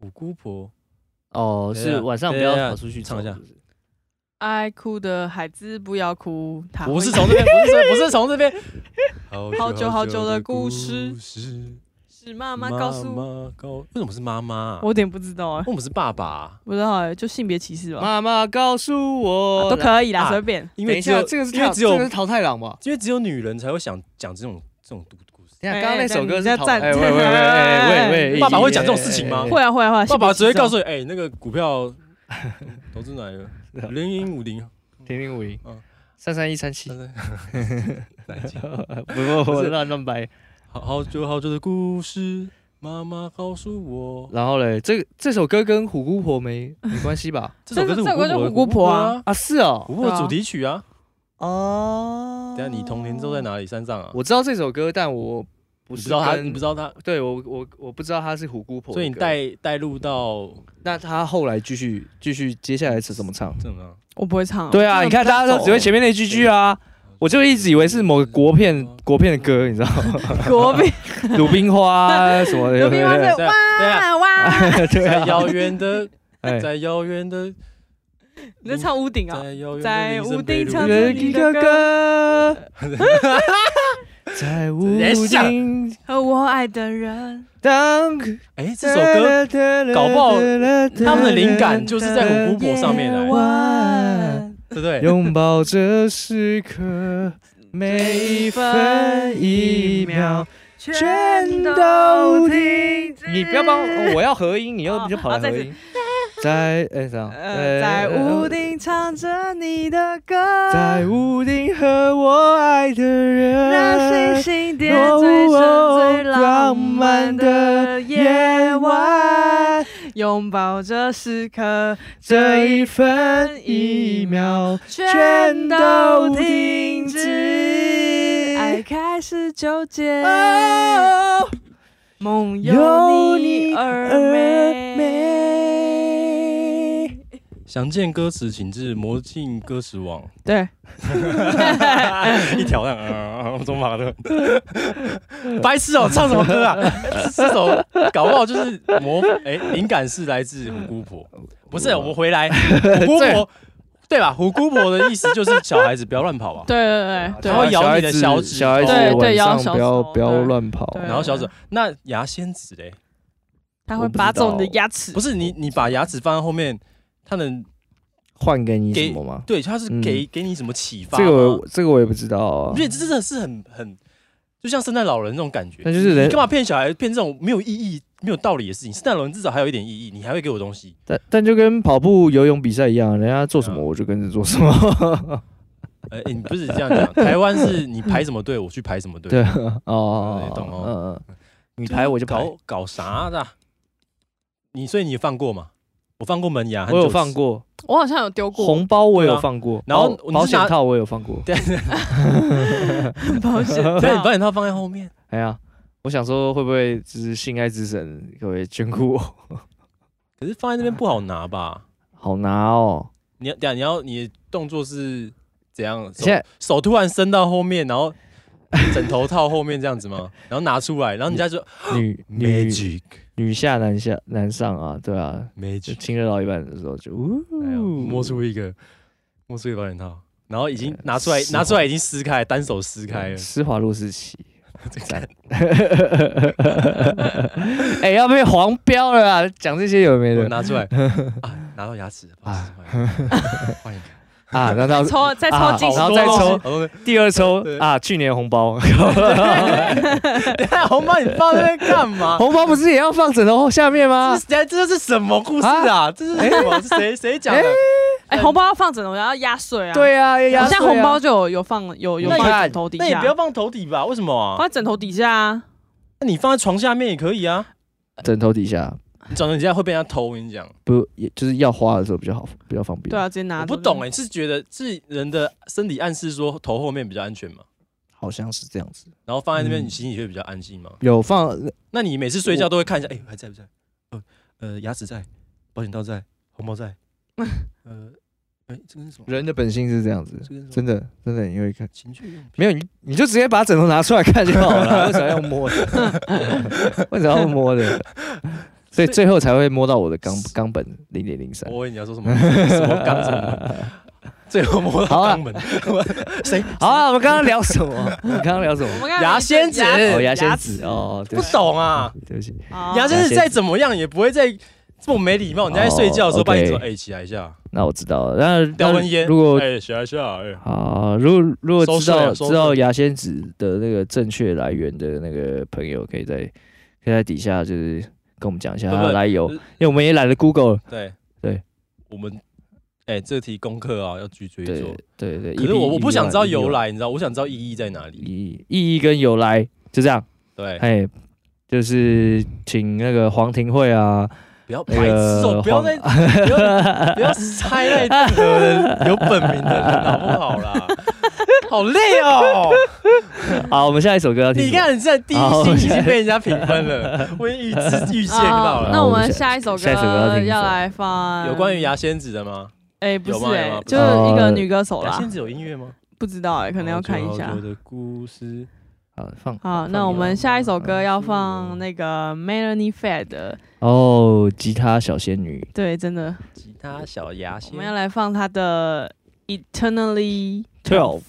[SPEAKER 2] 虎姑婆，
[SPEAKER 1] 哦，
[SPEAKER 2] 等一下
[SPEAKER 1] 是晚上不要跑出去走
[SPEAKER 2] 等一下唱一下
[SPEAKER 1] 是不是
[SPEAKER 3] 爱哭的孩子不要哭，他
[SPEAKER 2] 不是
[SPEAKER 3] 啊会
[SPEAKER 2] 从这边，不是不是从这边。
[SPEAKER 3] 好久好久的故事
[SPEAKER 2] 事，
[SPEAKER 3] 是妈妈告诉我，
[SPEAKER 2] 妈告为什么是妈妈啊？
[SPEAKER 3] 我有点不知道哎、
[SPEAKER 2] 为什么是爸爸啊？
[SPEAKER 3] 不知道哎、就性别歧视吧。
[SPEAKER 1] 妈妈告诉我，
[SPEAKER 3] 都可以啦，
[SPEAKER 2] 啊
[SPEAKER 3] 随便。
[SPEAKER 2] 因
[SPEAKER 1] 等
[SPEAKER 2] 为
[SPEAKER 1] 一
[SPEAKER 2] 只
[SPEAKER 1] 下，
[SPEAKER 2] 有
[SPEAKER 1] 这个是
[SPEAKER 2] 因为
[SPEAKER 1] 淘
[SPEAKER 2] 只有
[SPEAKER 1] 这个是淘汰郎吧？
[SPEAKER 2] 因为只有女人才会想讲这种这种故故事。
[SPEAKER 1] 等一下，
[SPEAKER 3] 哎
[SPEAKER 1] 刚刚那首歌
[SPEAKER 3] 哎
[SPEAKER 1] 是
[SPEAKER 3] 哎
[SPEAKER 1] 淘
[SPEAKER 3] 暂
[SPEAKER 1] 哎喂喂喂喂喂喂，
[SPEAKER 2] 爸爸
[SPEAKER 1] 已经
[SPEAKER 2] 会讲这种事情
[SPEAKER 1] 哎
[SPEAKER 2] 吗
[SPEAKER 1] 哎哎
[SPEAKER 3] 会啊会啊会啊，
[SPEAKER 2] 爸爸直接告
[SPEAKER 3] 你，
[SPEAKER 2] 诉你，哎，那个股票投资哪一个？ 零零五零。
[SPEAKER 1] 零零五零
[SPEAKER 2] 嗯，
[SPEAKER 1] 三三一三七
[SPEAKER 2] 但，是
[SPEAKER 1] 不不不，乱乱掰。
[SPEAKER 2] 好好久好久的故事，妈妈告诉我。
[SPEAKER 1] 然后嘞，这这首歌跟虎姑婆没没关系吧？
[SPEAKER 2] 这首歌是
[SPEAKER 3] 这首歌
[SPEAKER 2] 的
[SPEAKER 3] 就
[SPEAKER 2] 虎
[SPEAKER 3] 是虎姑婆
[SPEAKER 2] 啊，
[SPEAKER 3] 啊
[SPEAKER 1] 啊，是哦，
[SPEAKER 2] 虎姑婆
[SPEAKER 3] 对
[SPEAKER 2] 的
[SPEAKER 3] 啊
[SPEAKER 2] 主题曲啊。
[SPEAKER 1] 哦
[SPEAKER 2] 等下你童年都在？哪里？山上啊？
[SPEAKER 1] 我知道这首歌，但我不
[SPEAKER 2] 不
[SPEAKER 1] 是
[SPEAKER 2] 知道他，
[SPEAKER 1] 跟
[SPEAKER 2] 你不知道他，
[SPEAKER 1] 对我我我不知道他是虎姑婆的歌，
[SPEAKER 2] 所以你带带入到
[SPEAKER 1] 那他后来继续继续接下来是怎么唱？
[SPEAKER 2] 怎么样？
[SPEAKER 3] 我不会唱啊。
[SPEAKER 1] 对啊，你看大家都只会前面那句句啊，我就一直以为是某个国片国片的歌，你知道 吗？
[SPEAKER 3] 国宾，
[SPEAKER 1] 鲁冰花啊什么的，
[SPEAKER 3] 国宾花是
[SPEAKER 2] 对啊对啊
[SPEAKER 3] 哇哇，
[SPEAKER 1] 对
[SPEAKER 2] 在
[SPEAKER 1] 啊，
[SPEAKER 2] 遥远的，
[SPEAKER 1] 哎，
[SPEAKER 2] 在遥远的
[SPEAKER 3] 你在唱屋顶啊？
[SPEAKER 2] 在遥远
[SPEAKER 3] 在
[SPEAKER 2] 的
[SPEAKER 3] 屋
[SPEAKER 2] 林森
[SPEAKER 3] 顶
[SPEAKER 2] 北路
[SPEAKER 3] 唱着你的
[SPEAKER 1] 歌，在屋
[SPEAKER 2] 直接下
[SPEAKER 1] 顶
[SPEAKER 3] 和 我爱的人，
[SPEAKER 1] 当
[SPEAKER 2] 哎，这首歌
[SPEAKER 1] 歌
[SPEAKER 2] 搞不好
[SPEAKER 1] 他
[SPEAKER 2] 他们的灵感就是在很湖泊上面的、
[SPEAKER 3] 夜
[SPEAKER 2] 欸，
[SPEAKER 3] 晚
[SPEAKER 2] 对不对？
[SPEAKER 1] 拥抱这时刻，每一分一秒全都听。你不要帮我，我要合音，你又
[SPEAKER 3] 哦
[SPEAKER 1] 你就跑来
[SPEAKER 3] 好再
[SPEAKER 1] 合
[SPEAKER 3] 次
[SPEAKER 1] 音。在哎啥？
[SPEAKER 3] 呃，在屋
[SPEAKER 1] 顶，
[SPEAKER 3] 顶唱着你的歌，
[SPEAKER 1] 呃在屋顶和我爱的人。
[SPEAKER 3] 让星星点缀成最浪漫的夜
[SPEAKER 1] 哦
[SPEAKER 3] 晚，，拥抱这时刻，
[SPEAKER 1] 这一分一秒
[SPEAKER 3] 全都停止，爱开始纠结，
[SPEAKER 1] Oh
[SPEAKER 3] 梦哦有你而美。
[SPEAKER 1] 美。
[SPEAKER 2] 想见歌词，请至魔镜歌词网。
[SPEAKER 3] 对，
[SPEAKER 2] 一条烂啊，中马的， 白痴哦，唱什么歌啊？ 这首搞不好就是魔，哎，灵感是来自虎姑 婆，不是？我们回 来，虎姑婆，对吧？虎姑婆的意思就是小孩子不要乱跑啊。
[SPEAKER 3] 对对
[SPEAKER 2] 对然后摇你的小指
[SPEAKER 1] 小孩子
[SPEAKER 2] 对
[SPEAKER 3] 对
[SPEAKER 1] 晚
[SPEAKER 3] 摇
[SPEAKER 1] 上
[SPEAKER 3] 小
[SPEAKER 1] 不要
[SPEAKER 3] 手
[SPEAKER 1] 不要
[SPEAKER 3] 对
[SPEAKER 1] 乱跑。
[SPEAKER 3] 对
[SPEAKER 2] 然后小指，那牙仙子嘞？
[SPEAKER 3] 他
[SPEAKER 1] 我
[SPEAKER 3] 会
[SPEAKER 1] 不
[SPEAKER 3] 拔
[SPEAKER 1] 知
[SPEAKER 3] 走你的
[SPEAKER 1] 道
[SPEAKER 3] 牙齿
[SPEAKER 2] 不。是你，你把牙齿放在后面，它能
[SPEAKER 1] 换给你什
[SPEAKER 2] 给
[SPEAKER 1] 么吗？
[SPEAKER 2] 对，它是
[SPEAKER 1] 嗯
[SPEAKER 2] 给给你什么启发
[SPEAKER 1] 这
[SPEAKER 2] 吗？
[SPEAKER 1] 个我这个我也不知道
[SPEAKER 2] 我
[SPEAKER 1] 啊
[SPEAKER 2] 觉。得这真的是很很，就像圣诞老人那种感觉。
[SPEAKER 1] 那就是人
[SPEAKER 2] 你干嘛骗小孩骗这种没有意义、没有道理的事情？圣诞老人至少还有一点意义，你还会给我东西。
[SPEAKER 1] 但但就跟跑步、游泳比赛一样，人家做什么
[SPEAKER 2] 嗯
[SPEAKER 1] 我就跟着做什 么。
[SPEAKER 2] 呃，诶你不是这样 讲，台湾是你排什么队，我去排什么队。
[SPEAKER 1] 对，哦哦，
[SPEAKER 2] 对懂
[SPEAKER 1] 哦
[SPEAKER 2] 哦。
[SPEAKER 1] 嗯嗯，你排我就排。
[SPEAKER 2] 搞搞啥的啊？你所以你放过吗？我放过门牙，很
[SPEAKER 1] 我有
[SPEAKER 2] 久之
[SPEAKER 1] 放。过
[SPEAKER 3] 我好像有丢过
[SPEAKER 1] 红包，我
[SPEAKER 2] 对
[SPEAKER 1] 有
[SPEAKER 2] 啊
[SPEAKER 1] 放过，
[SPEAKER 2] 然后
[SPEAKER 1] 保
[SPEAKER 2] 你是
[SPEAKER 1] 保险
[SPEAKER 2] 拿
[SPEAKER 1] 套我有放过。
[SPEAKER 2] 对，
[SPEAKER 3] 保险
[SPEAKER 2] 对，你
[SPEAKER 3] 套
[SPEAKER 2] 把。眼套放在后面。
[SPEAKER 1] 哎呀，我想说会不会就是性爱之神各位眷顾我？
[SPEAKER 2] 可是放在那边不好拿吧？
[SPEAKER 1] 好拿哦。
[SPEAKER 2] 你要，等下你要你的动作是怎样？手
[SPEAKER 1] 现在
[SPEAKER 2] 手突然伸到后面，然后枕头套后面这样子吗？然后拿出来，然后人家就
[SPEAKER 1] 女女
[SPEAKER 2] magic
[SPEAKER 1] 女下男下男上啊，对啊，就
[SPEAKER 2] magic。
[SPEAKER 1] 听得到一半的时候就呜，
[SPEAKER 2] 哎呦摸出一个，摸出一个保险套，然后已
[SPEAKER 3] 哎
[SPEAKER 2] 经
[SPEAKER 1] 呃
[SPEAKER 2] 拿出来
[SPEAKER 1] 丝，
[SPEAKER 2] 拿出来已经撕开，单手撕开 了。
[SPEAKER 1] 施华洛世奇，赞！ 哎，要被黄标了啊！讲这些有没
[SPEAKER 2] 我
[SPEAKER 1] 的
[SPEAKER 2] 拿出 来啊，拿到牙齿啊，换一 个，
[SPEAKER 1] 啊？然 后
[SPEAKER 3] 抽再抽
[SPEAKER 1] 啊
[SPEAKER 3] 筋，
[SPEAKER 1] 然后再抽
[SPEAKER 2] 抽。
[SPEAKER 1] 第二抽
[SPEAKER 2] 对
[SPEAKER 1] 啊，去年红 包，
[SPEAKER 2] 等一下红包你放在那边干嘛？
[SPEAKER 1] 红包不是也要放枕头下面吗
[SPEAKER 3] 啊
[SPEAKER 2] 这？是这这是什么故事啊？这是什么？是谁谁讲的？
[SPEAKER 3] 哎，红包要放枕头，然后压碎啊。，
[SPEAKER 1] 对啊，要压
[SPEAKER 3] 好像
[SPEAKER 1] 岁啊
[SPEAKER 3] 红包就有有放有有
[SPEAKER 2] 那
[SPEAKER 3] 放
[SPEAKER 2] 你
[SPEAKER 3] 在
[SPEAKER 1] 看
[SPEAKER 3] 枕头底
[SPEAKER 2] 那你
[SPEAKER 3] 下
[SPEAKER 2] 不要，放头底吧？为什么啊
[SPEAKER 3] 放？在枕头底下啊。
[SPEAKER 2] 那你放在床下面也可以啊。
[SPEAKER 1] 枕头底下，
[SPEAKER 2] 你枕头底下会被人家偷，我跟你讲。
[SPEAKER 1] 不也就是要花的时候比较好，比较方便。
[SPEAKER 3] 对啊，直接拿。
[SPEAKER 2] 我不
[SPEAKER 3] 对对
[SPEAKER 2] 懂哎，是觉得是人的身体暗示说头后面比较安全嘛？
[SPEAKER 1] 好像是这样子。
[SPEAKER 2] 然后放在那边，
[SPEAKER 1] 嗯
[SPEAKER 2] 你心里会比较安心嘛？
[SPEAKER 1] 有放
[SPEAKER 2] 那你每次睡觉都会看一下，哎、还在不在？呃呃，牙齿在，保险套在，红包 在，呃，哎、这个是什么？
[SPEAKER 1] 人的本性是这样子，
[SPEAKER 2] 这个是什
[SPEAKER 1] 真
[SPEAKER 2] 么？
[SPEAKER 1] 的真的，你会看。
[SPEAKER 2] 情趣用品
[SPEAKER 1] 没有你，你就直接把枕头拿出来看就好了，啊为什么要摸的？ 为什么要摸 的？所以最后才会摸到我的钢钢本零点零三。
[SPEAKER 2] 我问你要说什么？什么钢啊什么？最后摸到
[SPEAKER 1] 啊
[SPEAKER 2] 肛门，谁
[SPEAKER 1] 好啊，我们刚刚聊什么？ 我们刚刚聊什
[SPEAKER 3] 我
[SPEAKER 1] 么？
[SPEAKER 3] 们刚才
[SPEAKER 2] 牙仙子
[SPEAKER 3] 牙
[SPEAKER 1] 哦，牙仙
[SPEAKER 3] 齿
[SPEAKER 1] 子，哦，对
[SPEAKER 2] 不
[SPEAKER 1] 不起，
[SPEAKER 2] 懂啊？
[SPEAKER 1] 对不起，
[SPEAKER 3] 哦
[SPEAKER 2] 牙真是再怎么样也不会再这么没礼貌。你在睡觉的时候，
[SPEAKER 1] 哦
[SPEAKER 2] 把你说，
[SPEAKER 1] OK
[SPEAKER 2] 哎、起来一下，
[SPEAKER 1] 那我知道了。那
[SPEAKER 2] 叼
[SPEAKER 1] 那
[SPEAKER 2] 根烟。
[SPEAKER 1] 如果
[SPEAKER 2] 哎、起来一下，哎、
[SPEAKER 1] 好，如果如果知道
[SPEAKER 2] 收税啊收税
[SPEAKER 1] 知道牙仙子的那个正确来源的那个朋友，可以在可以在底下就是跟我们讲一下
[SPEAKER 2] 不不
[SPEAKER 1] 它的来由，
[SPEAKER 2] 呃
[SPEAKER 1] 因为我们也懒得 Google 了。
[SPEAKER 2] 对
[SPEAKER 1] 对，
[SPEAKER 2] 我们哎、这题功课啊要去追
[SPEAKER 1] 对
[SPEAKER 2] 做。
[SPEAKER 1] 对对，
[SPEAKER 2] 可是我我不想知道由
[SPEAKER 1] 来。
[SPEAKER 2] 来，你知道，我想知道意义在哪里。
[SPEAKER 1] 意意义跟由来，就这样。
[SPEAKER 2] 对，
[SPEAKER 1] 哎，就是请那个黄庭慧 啊，
[SPEAKER 2] 不要白
[SPEAKER 1] 那
[SPEAKER 2] 痴哦
[SPEAKER 1] 个，
[SPEAKER 2] 不要再不要 不要猜那任何人有本名的 人好不好啦？好累哦！
[SPEAKER 1] 好，我们下一首歌要听
[SPEAKER 2] 你
[SPEAKER 1] 什么。
[SPEAKER 2] 看你在第一
[SPEAKER 1] 好
[SPEAKER 2] 星已经被人家评分 了，我已经预知预见到
[SPEAKER 3] 哦
[SPEAKER 2] 了。
[SPEAKER 3] 那我们下一首
[SPEAKER 1] 下一首歌要听
[SPEAKER 3] 歌
[SPEAKER 1] 什么
[SPEAKER 3] 要来放
[SPEAKER 2] 有关于牙仙子的吗？
[SPEAKER 3] 哎，不
[SPEAKER 2] 有
[SPEAKER 3] 是
[SPEAKER 2] 吗有
[SPEAKER 3] 哎
[SPEAKER 2] 吗，
[SPEAKER 3] 就是一个女歌手
[SPEAKER 2] 牙
[SPEAKER 3] 啦
[SPEAKER 2] 仙，子有音乐吗？哦
[SPEAKER 3] 不知道哎，可能要看一
[SPEAKER 2] 好久
[SPEAKER 3] 下
[SPEAKER 2] 好久。的故事，
[SPEAKER 1] 好放哦
[SPEAKER 3] 好，那我
[SPEAKER 2] 哦
[SPEAKER 3] 们下一首歌要放那个 Melanie Fed 的，
[SPEAKER 1] 哦，吉他小仙女，
[SPEAKER 3] 对，真的，
[SPEAKER 2] 吉他小牙
[SPEAKER 3] 我
[SPEAKER 2] 仙
[SPEAKER 3] 们要来放她的 Eternally
[SPEAKER 1] Twelve